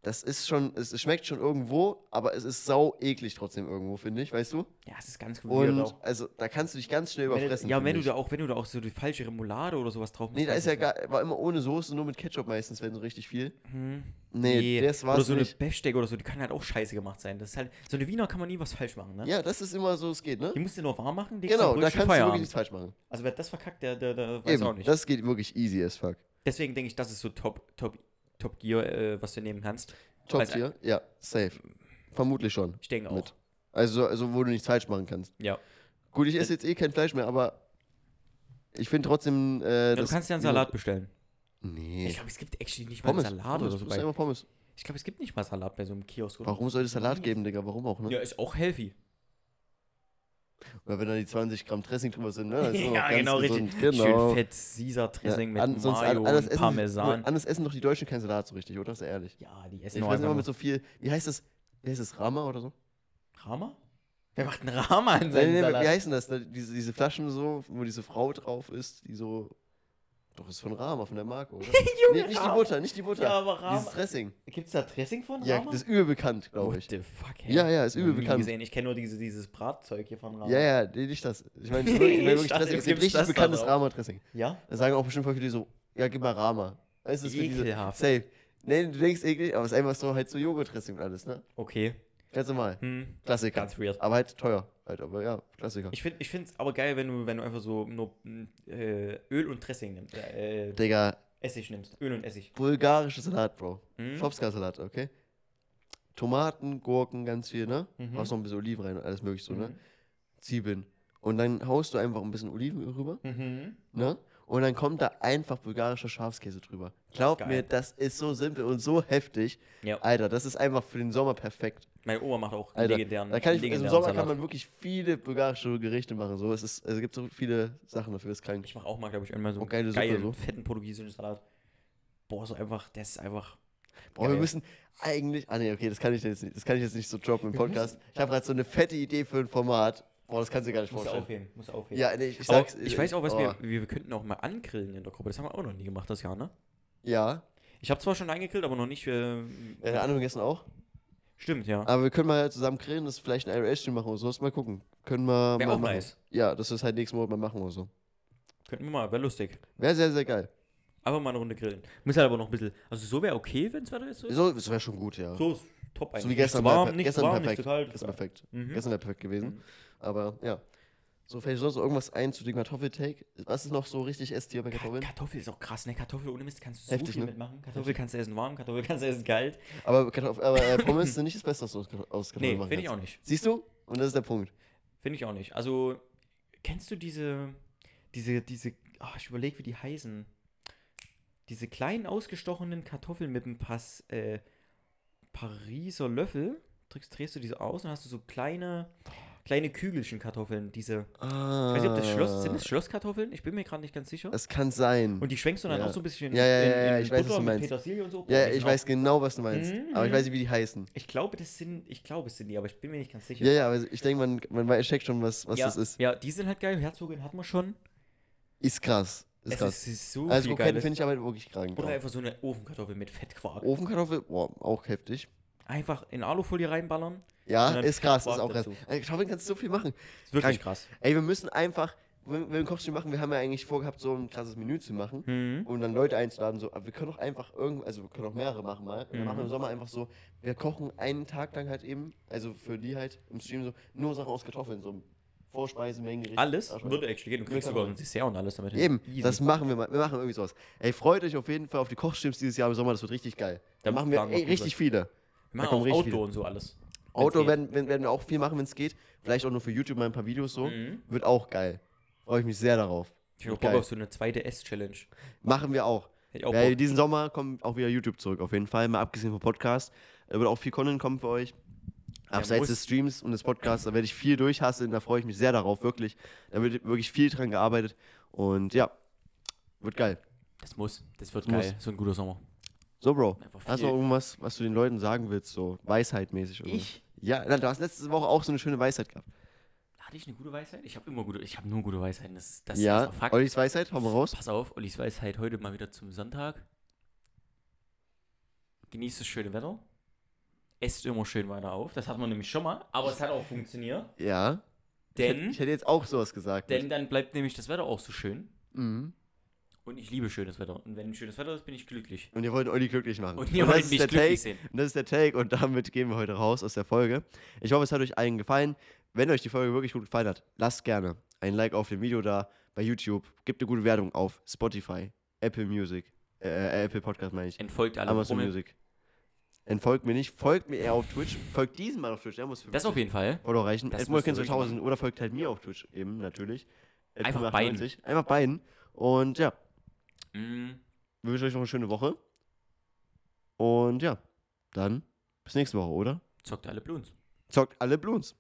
[SPEAKER 1] das ist schon, es es schmeckt schon irgendwo, aber es ist sau eklig trotzdem irgendwo, finde ich, weißt du?
[SPEAKER 2] Ja, es ist ganz weird
[SPEAKER 1] Und
[SPEAKER 2] auch.
[SPEAKER 1] also da kannst du dich ganz schnell überfressen.
[SPEAKER 2] Wenn, ja,
[SPEAKER 1] finde
[SPEAKER 2] wenn du
[SPEAKER 1] ich.
[SPEAKER 2] da auch, wenn du da auch so die falsche Remoulade oder sowas drauf machst.
[SPEAKER 1] Nee, da
[SPEAKER 2] weiß
[SPEAKER 1] ist ja
[SPEAKER 2] ich
[SPEAKER 1] gar, war immer ohne Soße, nur mit Ketchup meistens, wenn so richtig viel.
[SPEAKER 2] nicht. Hm.
[SPEAKER 1] Nee, das war's
[SPEAKER 2] Oder so
[SPEAKER 1] nicht.
[SPEAKER 2] eine Befsteck oder so, die kann halt auch scheiße gemacht sein. Das ist halt, so eine Wiener kann man nie was falsch machen, ne?
[SPEAKER 1] Ja, das ist immer so, es geht, ne?
[SPEAKER 2] Die musst du nur warm machen, legst
[SPEAKER 1] Genau,
[SPEAKER 2] du
[SPEAKER 1] da kannst du wirklich nichts
[SPEAKER 2] Feierabend.
[SPEAKER 1] falsch machen.
[SPEAKER 2] Also wer das verkackt, der, der, der weiß
[SPEAKER 1] Eben,
[SPEAKER 2] auch nicht.
[SPEAKER 1] das geht wirklich easy as fuck.
[SPEAKER 2] Deswegen denke ich, das ist so Top, Top, Top Gear, äh, was du nehmen kannst.
[SPEAKER 1] Top
[SPEAKER 2] Weil's-
[SPEAKER 1] Tier, ja, safe. Vermutlich schon.
[SPEAKER 2] Ich denke auch.
[SPEAKER 1] Mit. Also, also wo du nichts falsch machen kannst.
[SPEAKER 2] Ja.
[SPEAKER 1] Gut, ich
[SPEAKER 2] Äh,
[SPEAKER 1] esse jetzt eh kein Fleisch mehr, aber ich finde trotzdem. Äh,
[SPEAKER 2] ja. Du kannst dir einen Salat bestellen. Ich
[SPEAKER 1] Nee.
[SPEAKER 2] glaube, es gibt actually nicht mal
[SPEAKER 1] Pommes.
[SPEAKER 2] einen Salat
[SPEAKER 1] Pommes.
[SPEAKER 2] oder so.
[SPEAKER 1] Das ist
[SPEAKER 2] Bei.
[SPEAKER 1] einfach Pommes.
[SPEAKER 2] Ich glaube, es gibt nicht mal Salat bei so einem Kiosk. Oder?
[SPEAKER 1] Warum soll es Salat geben, Digga? Warum auch, ne?
[SPEAKER 2] Ja, ist auch healthy.
[SPEAKER 1] Weil wenn da die 20 Gramm Dressing drüber sind, ne? dann ist es auch
[SPEAKER 2] ja,
[SPEAKER 1] ganz
[SPEAKER 2] genau, richtig.
[SPEAKER 1] gesund. Genau.
[SPEAKER 2] Schön fett Caesar-Dressing
[SPEAKER 1] Ja, an-
[SPEAKER 2] mit
[SPEAKER 1] sonst an-
[SPEAKER 2] Mayo
[SPEAKER 1] anders
[SPEAKER 2] und
[SPEAKER 1] essen-
[SPEAKER 2] Parmesan.
[SPEAKER 1] Anders essen doch die Deutschen keinen Salat so richtig, oder? Ist ja ehrlich.
[SPEAKER 2] Ja, die essen
[SPEAKER 1] Ich
[SPEAKER 2] nur
[SPEAKER 1] weiß immer
[SPEAKER 2] einfach
[SPEAKER 1] mit so viel. Wie heißt das? Wie heißt das? Rama oder so?
[SPEAKER 2] nur- Rama? Wer macht einen Rama in
[SPEAKER 1] Nein,
[SPEAKER 2] seinen
[SPEAKER 1] nein, nein, wie
[SPEAKER 2] Salat?
[SPEAKER 1] heißen das? ne? Diese, diese Flaschen so, wo diese Frau drauf ist, die so. Doch, das ist von Rama, von der Marke, oder? nee, nicht die
[SPEAKER 2] Rama.
[SPEAKER 1] Butter, nicht die Butter.
[SPEAKER 2] Ja, aber Rama-
[SPEAKER 1] Dieses Dressing.
[SPEAKER 2] Gibt's da Dressing von
[SPEAKER 1] Ja,
[SPEAKER 2] Rama?
[SPEAKER 1] das ist übel bekannt, glaube
[SPEAKER 2] What
[SPEAKER 1] ich.
[SPEAKER 2] the fuck,
[SPEAKER 1] Ja, ja, ist
[SPEAKER 2] Noch
[SPEAKER 1] übel
[SPEAKER 2] nie
[SPEAKER 1] bekannt.
[SPEAKER 2] Gesehen. Ich kenne nur diese, dieses Bratzeug hier von Rama.
[SPEAKER 1] Ja, ja, nee, nicht das. Ich meine, ich meine wirklich Dressing.
[SPEAKER 2] Ich dachte, jetzt
[SPEAKER 1] Es gibt
[SPEAKER 2] gibt's
[SPEAKER 1] richtig
[SPEAKER 2] das da
[SPEAKER 1] bekanntes
[SPEAKER 2] drauf.
[SPEAKER 1] Rama-Dressing.
[SPEAKER 2] Ja?
[SPEAKER 1] Da sagen auch bestimmt voll viele so, ja, gib mal Rama. Weißt du, das ist für diese-
[SPEAKER 2] Ekelhaft.
[SPEAKER 1] Safe. Nee, du denkst eklig, aber es ist einfach so halt so Joghurt-Dressing und alles, ne?
[SPEAKER 2] Okay.
[SPEAKER 1] Ganz normal.
[SPEAKER 2] Hm.
[SPEAKER 1] Klassiker.
[SPEAKER 2] Ganz weird.
[SPEAKER 1] Aber halt teuer. Halt, aber ja, Klassiker.
[SPEAKER 2] Ich finde es aber geil, wenn du, wenn du einfach so nur mh, äh, Öl und Dressing nimmst. Äh, äh,
[SPEAKER 1] Digga,
[SPEAKER 2] Essig nimmst. Öl und Essig.
[SPEAKER 1] bulgarischer Salat, Bro.
[SPEAKER 2] Mhm.
[SPEAKER 1] Schopska-Salat, okay? Tomaten, Gurken, ganz viel, ne?
[SPEAKER 2] Mhm.
[SPEAKER 1] Haust noch ein bisschen Oliven rein und alles mögliche so, ne?
[SPEAKER 2] Mhm.
[SPEAKER 1] Zwiebeln. Und dann haust du einfach ein bisschen Olivenöl rüber,
[SPEAKER 2] Mhm.
[SPEAKER 1] ne? Und dann kommt da einfach bulgarischer Schafskäse drüber. Glaub
[SPEAKER 2] Geil.
[SPEAKER 1] mir, das ist so simpel und so heftig.
[SPEAKER 2] Ja.
[SPEAKER 1] Alter, das ist einfach für den Sommer perfekt.
[SPEAKER 2] Meine Oma macht auch
[SPEAKER 1] Alter,
[SPEAKER 2] legendären,
[SPEAKER 1] da kann ich, also
[SPEAKER 2] legendären
[SPEAKER 1] im Sommer
[SPEAKER 2] Salat.
[SPEAKER 1] kann man wirklich viele bulgarische Gerichte machen. So, es ist, also gibt so viele Sachen dafür, ist krank.
[SPEAKER 2] Ich mache auch mal, glaube ich, einmal so
[SPEAKER 1] Oh,
[SPEAKER 2] einen
[SPEAKER 1] geile
[SPEAKER 2] geilen,
[SPEAKER 1] Suppe so.
[SPEAKER 2] fetten portugiesischen Salat. Boah, so einfach, das ist einfach.
[SPEAKER 1] Boah, wir
[SPEAKER 2] Geil.
[SPEAKER 1] müssen eigentlich. Ah nee, okay, das kann ich jetzt nicht, das kann ich jetzt nicht so droppen im Podcast. Ich habe gerade so eine fette Idee für ein Format. Boah, das kannst du dir gar nicht
[SPEAKER 2] Muss
[SPEAKER 1] vorstellen.
[SPEAKER 2] aufheben, muss aufheben.
[SPEAKER 1] Ja, nee, ich
[SPEAKER 2] ich, äh,
[SPEAKER 1] sag's.
[SPEAKER 2] ich weiß auch, was
[SPEAKER 1] oh,
[SPEAKER 2] wir, wir. Wir könnten auch mal angrillen in der Gruppe. Das haben wir auch noch nie gemacht, das Jahr, ne?
[SPEAKER 1] Ja,
[SPEAKER 2] Ich habe zwar schon angegrillt, aber noch nicht. Äh,
[SPEAKER 1] äh, der andere gestern auch.
[SPEAKER 2] stimmt, ja.
[SPEAKER 1] Aber wir können mal zusammen grillen, das vielleicht ein IRL-Stream machen oder so. Mal gucken. Können wir
[SPEAKER 2] Wär
[SPEAKER 1] mal
[SPEAKER 2] auch
[SPEAKER 1] machen.
[SPEAKER 2] nice.
[SPEAKER 1] Ja, das ist halt nächsten Monat mal machen oder so.
[SPEAKER 2] Könnten wir mal, wäre lustig.
[SPEAKER 1] Wäre sehr, sehr geil.
[SPEAKER 2] Einfach mal eine Runde grillen. Muss halt aber noch ein bisschen. Also, so wäre okay, wenn es weiter ist. So,
[SPEAKER 1] So, das wäre schon gut, ja.
[SPEAKER 2] so ist top eigentlich.
[SPEAKER 1] So wie gestern,
[SPEAKER 2] Nicht zu warm,
[SPEAKER 1] per-
[SPEAKER 2] nicht
[SPEAKER 1] gestern
[SPEAKER 2] zu warm,
[SPEAKER 1] perfekt.
[SPEAKER 2] nicht zu kalt.
[SPEAKER 1] Gestern perfekt.
[SPEAKER 2] Mhm.
[SPEAKER 1] Gestern wäre perfekt gewesen.
[SPEAKER 2] Mhm.
[SPEAKER 1] Aber ja. So, fällt sonst noch irgendwas ein zu dem Kartoffeltake? Was ist noch so richtig Esstier bei
[SPEAKER 2] Ka
[SPEAKER 1] Kartoffeln?
[SPEAKER 2] Kartoffel ist auch krass, ne? Kartoffel ohne Mist kannst du so
[SPEAKER 1] Heftig,
[SPEAKER 2] viel
[SPEAKER 1] ne?
[SPEAKER 2] mitmachen. Kartoffel kannst du essen warm, Kartoffel kannst du essen kalt.
[SPEAKER 1] Aber, Kartoff aber äh, Pommes sind nicht das Beste, was du aus Kartoffeln aus Kartoffeln
[SPEAKER 2] Nee,
[SPEAKER 1] machen
[SPEAKER 2] finde ich
[SPEAKER 1] kannst.
[SPEAKER 2] auch nicht.
[SPEAKER 1] Siehst du? Und das ist der Punkt.
[SPEAKER 2] Finde ich auch nicht. Also, kennst du diese, diese, diese, ah, ich überlege, wie die heißen. Diese kleinen ausgestochenen Kartoffeln mit einem Pass, äh, Pariser Löffel, drückst, drehst du diese aus und hast du so kleine, kleine Kügelchen Kartoffeln. Diese,
[SPEAKER 1] Ah,
[SPEAKER 2] ich weiß nicht, ob das Schloss, sind das Schlosskartoffeln? Ich bin mir gerade nicht ganz sicher.
[SPEAKER 1] Äh. Es kann sein.
[SPEAKER 2] Und die schwenkst du dann
[SPEAKER 1] Ja.
[SPEAKER 2] auch so ein bisschen
[SPEAKER 1] Ja, ja,
[SPEAKER 2] in,
[SPEAKER 1] ja,
[SPEAKER 2] in,
[SPEAKER 1] ja,
[SPEAKER 2] in
[SPEAKER 1] ich weiß,
[SPEAKER 2] Butter
[SPEAKER 1] was du
[SPEAKER 2] mit
[SPEAKER 1] meinst.
[SPEAKER 2] Petersilie und so. Boah,
[SPEAKER 1] ja,
[SPEAKER 2] die
[SPEAKER 1] ich
[SPEAKER 2] sind
[SPEAKER 1] weiß
[SPEAKER 2] auch-
[SPEAKER 1] genau, was du meinst.
[SPEAKER 2] Mhm,
[SPEAKER 1] Aber ich
[SPEAKER 2] mhm.
[SPEAKER 1] weiß nicht, wie die heißen.
[SPEAKER 2] Ich glaube, das sind, ich glaube, es sind die, aber ich bin mir nicht ganz sicher.
[SPEAKER 1] Ja, ja, aber ich denke, man, man, man checkt schon, was, was
[SPEAKER 2] ja,
[SPEAKER 1] das ist.
[SPEAKER 2] Ja, die sind halt geil. Herzogin hatten wir schon.
[SPEAKER 1] Ist krass. Ist
[SPEAKER 2] es
[SPEAKER 1] krass.
[SPEAKER 2] Ist, ist so
[SPEAKER 1] also,
[SPEAKER 2] viel
[SPEAKER 1] Kroketten
[SPEAKER 2] geiles.
[SPEAKER 1] finde ich aber wirklich krank.
[SPEAKER 2] Oder
[SPEAKER 1] ja. Oh.
[SPEAKER 2] einfach so eine Ofenkartoffel mit Fettquark.
[SPEAKER 1] Ofenkartoffel, boah, auch heftig.
[SPEAKER 2] Einfach in Alufolie reinballern. Und
[SPEAKER 1] Ja,
[SPEAKER 2] dann
[SPEAKER 1] ist krass, ist
[SPEAKER 2] Quark
[SPEAKER 1] auch krass.
[SPEAKER 2] dazu.
[SPEAKER 1] Also, Kartoffeln kannst du so viel machen.
[SPEAKER 2] Ist wirklich
[SPEAKER 1] Krank.
[SPEAKER 2] krass.
[SPEAKER 1] Ey, wir müssen einfach, wenn wenn wir ein Kochspiel machen, wir haben ja eigentlich vorgehabt, so ein krasses Menü zu machen.
[SPEAKER 2] Mhm.
[SPEAKER 1] Und um dann Leute einzuladen, so, aber wir können doch einfach irgend, also wir können auch mehrere machen mal. Und
[SPEAKER 2] Mhm.
[SPEAKER 1] Wir machen im Sommer einfach so, wir kochen einen Tag lang halt eben, also für die halt im Stream so, nur Sachen aus Kartoffeln, so Vorspeisen, Mengen,
[SPEAKER 2] Alles würde actually gehen. Du
[SPEAKER 1] Mit
[SPEAKER 2] kriegst sogar ein
[SPEAKER 1] Kartoffeln.
[SPEAKER 2] Dessert und alles damit hin.
[SPEAKER 1] Eben,
[SPEAKER 2] Easy.
[SPEAKER 1] das machen wir mal. Wir machen irgendwie sowas. Ey, freut euch auf jeden Fall auf die Kochstreams dieses Jahr im Sommer, das wird richtig geil. Da
[SPEAKER 2] Dann
[SPEAKER 1] machen wir
[SPEAKER 2] planen wir
[SPEAKER 1] ey,
[SPEAKER 2] auch
[SPEAKER 1] richtig viele.
[SPEAKER 2] wir machen
[SPEAKER 1] kommen
[SPEAKER 2] auch
[SPEAKER 1] richtig viele.
[SPEAKER 2] Outdoor und so alles. Wenn's
[SPEAKER 1] Outdoor
[SPEAKER 2] geht.
[SPEAKER 1] werden, werden, werden wir auch viel machen, wenn es geht. Vielleicht auch nur für YouTube mal ein paar Videos so.
[SPEAKER 2] Mhm.
[SPEAKER 1] Wird auch geil. Freue ich mich sehr darauf.
[SPEAKER 2] Ich hab
[SPEAKER 1] Wird
[SPEAKER 2] Bock
[SPEAKER 1] geil.
[SPEAKER 2] auf so eine zweite S-Challenge. Hätte
[SPEAKER 1] Machen wir auch.
[SPEAKER 2] ich auch
[SPEAKER 1] Ja,
[SPEAKER 2] Bock.
[SPEAKER 1] diesen Sommer kommt auch wieder YouTube zurück, auf jeden Fall. Mal abgesehen vom Podcast. Da wird auch viel Content kommen für euch. Abseits
[SPEAKER 2] muss.
[SPEAKER 1] des Streams und des Podcasts, da werde ich viel durchhasseln, da freue ich mich sehr darauf, wirklich. Da wird wirklich viel dran gearbeitet und ja, wird geil.
[SPEAKER 2] Das muss. Das wird
[SPEAKER 1] Das muss.
[SPEAKER 2] geil. So ein guter Sommer.
[SPEAKER 1] So, Bro,
[SPEAKER 2] Einfach
[SPEAKER 1] hast du
[SPEAKER 2] viel.
[SPEAKER 1] noch irgendwas, was du den Leuten sagen willst, so weisheitmäßig? oder so?
[SPEAKER 2] Ich?
[SPEAKER 1] Ja, na, du hast letzte Woche auch so eine schöne Weisheit gehabt.
[SPEAKER 2] Hatte ich eine gute Weisheit? Ich habe immer gute, ich habe nur gute Weisheiten. Das, ist- das ist
[SPEAKER 1] ja,
[SPEAKER 2] einfach Fakt.
[SPEAKER 1] Ollis Weisheit, hau mal raus.
[SPEAKER 2] Pass auf, Ollis Weisheit heute mal wieder zum Sonntag. Genießt das schöne Wetter. Esst immer schön weiter auf. Das hat man nämlich schon mal, aber es hat auch funktioniert.
[SPEAKER 1] Ja.
[SPEAKER 2] Denn,
[SPEAKER 1] Ich hätte jetzt auch sowas gesagt.
[SPEAKER 2] denn dann bleibt nämlich das Wetter auch so schön.
[SPEAKER 1] mhm.
[SPEAKER 2] Und ich liebe schönes Wetter. Und wenn schönes Wetter ist, bin ich glücklich.
[SPEAKER 1] Und ihr wollt Olli glücklich machen.
[SPEAKER 2] Und ihr
[SPEAKER 1] das
[SPEAKER 2] wollt
[SPEAKER 1] ist
[SPEAKER 2] mich
[SPEAKER 1] der
[SPEAKER 2] glücklich
[SPEAKER 1] Take.
[SPEAKER 2] sehen.
[SPEAKER 1] Und das ist der Take und damit gehen wir heute raus aus der Folge. Ich hoffe, es hat euch allen gefallen. Wenn euch die Folge wirklich gut gefallen hat, lasst gerne ein Like auf dem Video da bei YouTube. Gebt eine gute Wertung auf Spotify, Apple Music, äh, äh, Apple Podcast meine ich,
[SPEAKER 2] Entfolgt alle
[SPEAKER 1] Amazon
[SPEAKER 2] Brummel.
[SPEAKER 1] Music. Entfolgt mir nicht, folgt mir eher auf Twitch. Folgt diesen Mal auf Twitch, der muss für
[SPEAKER 2] Das auf jeden Fall.
[SPEAKER 1] Follow reichen.
[SPEAKER 2] das
[SPEAKER 1] Edmund
[SPEAKER 2] müsst ihr wirklich
[SPEAKER 1] 2000 oder folgt halt mir auf Twitch eben natürlich. At
[SPEAKER 2] Einfach
[SPEAKER 1] 98. Einfach beiden. Und ja,
[SPEAKER 2] Mm,
[SPEAKER 1] wir wünschen euch noch eine schöne Woche. Und ja, dann bis nächste Woche, oder?
[SPEAKER 2] zockt alle Bloons.
[SPEAKER 1] Zockt alle Bloons.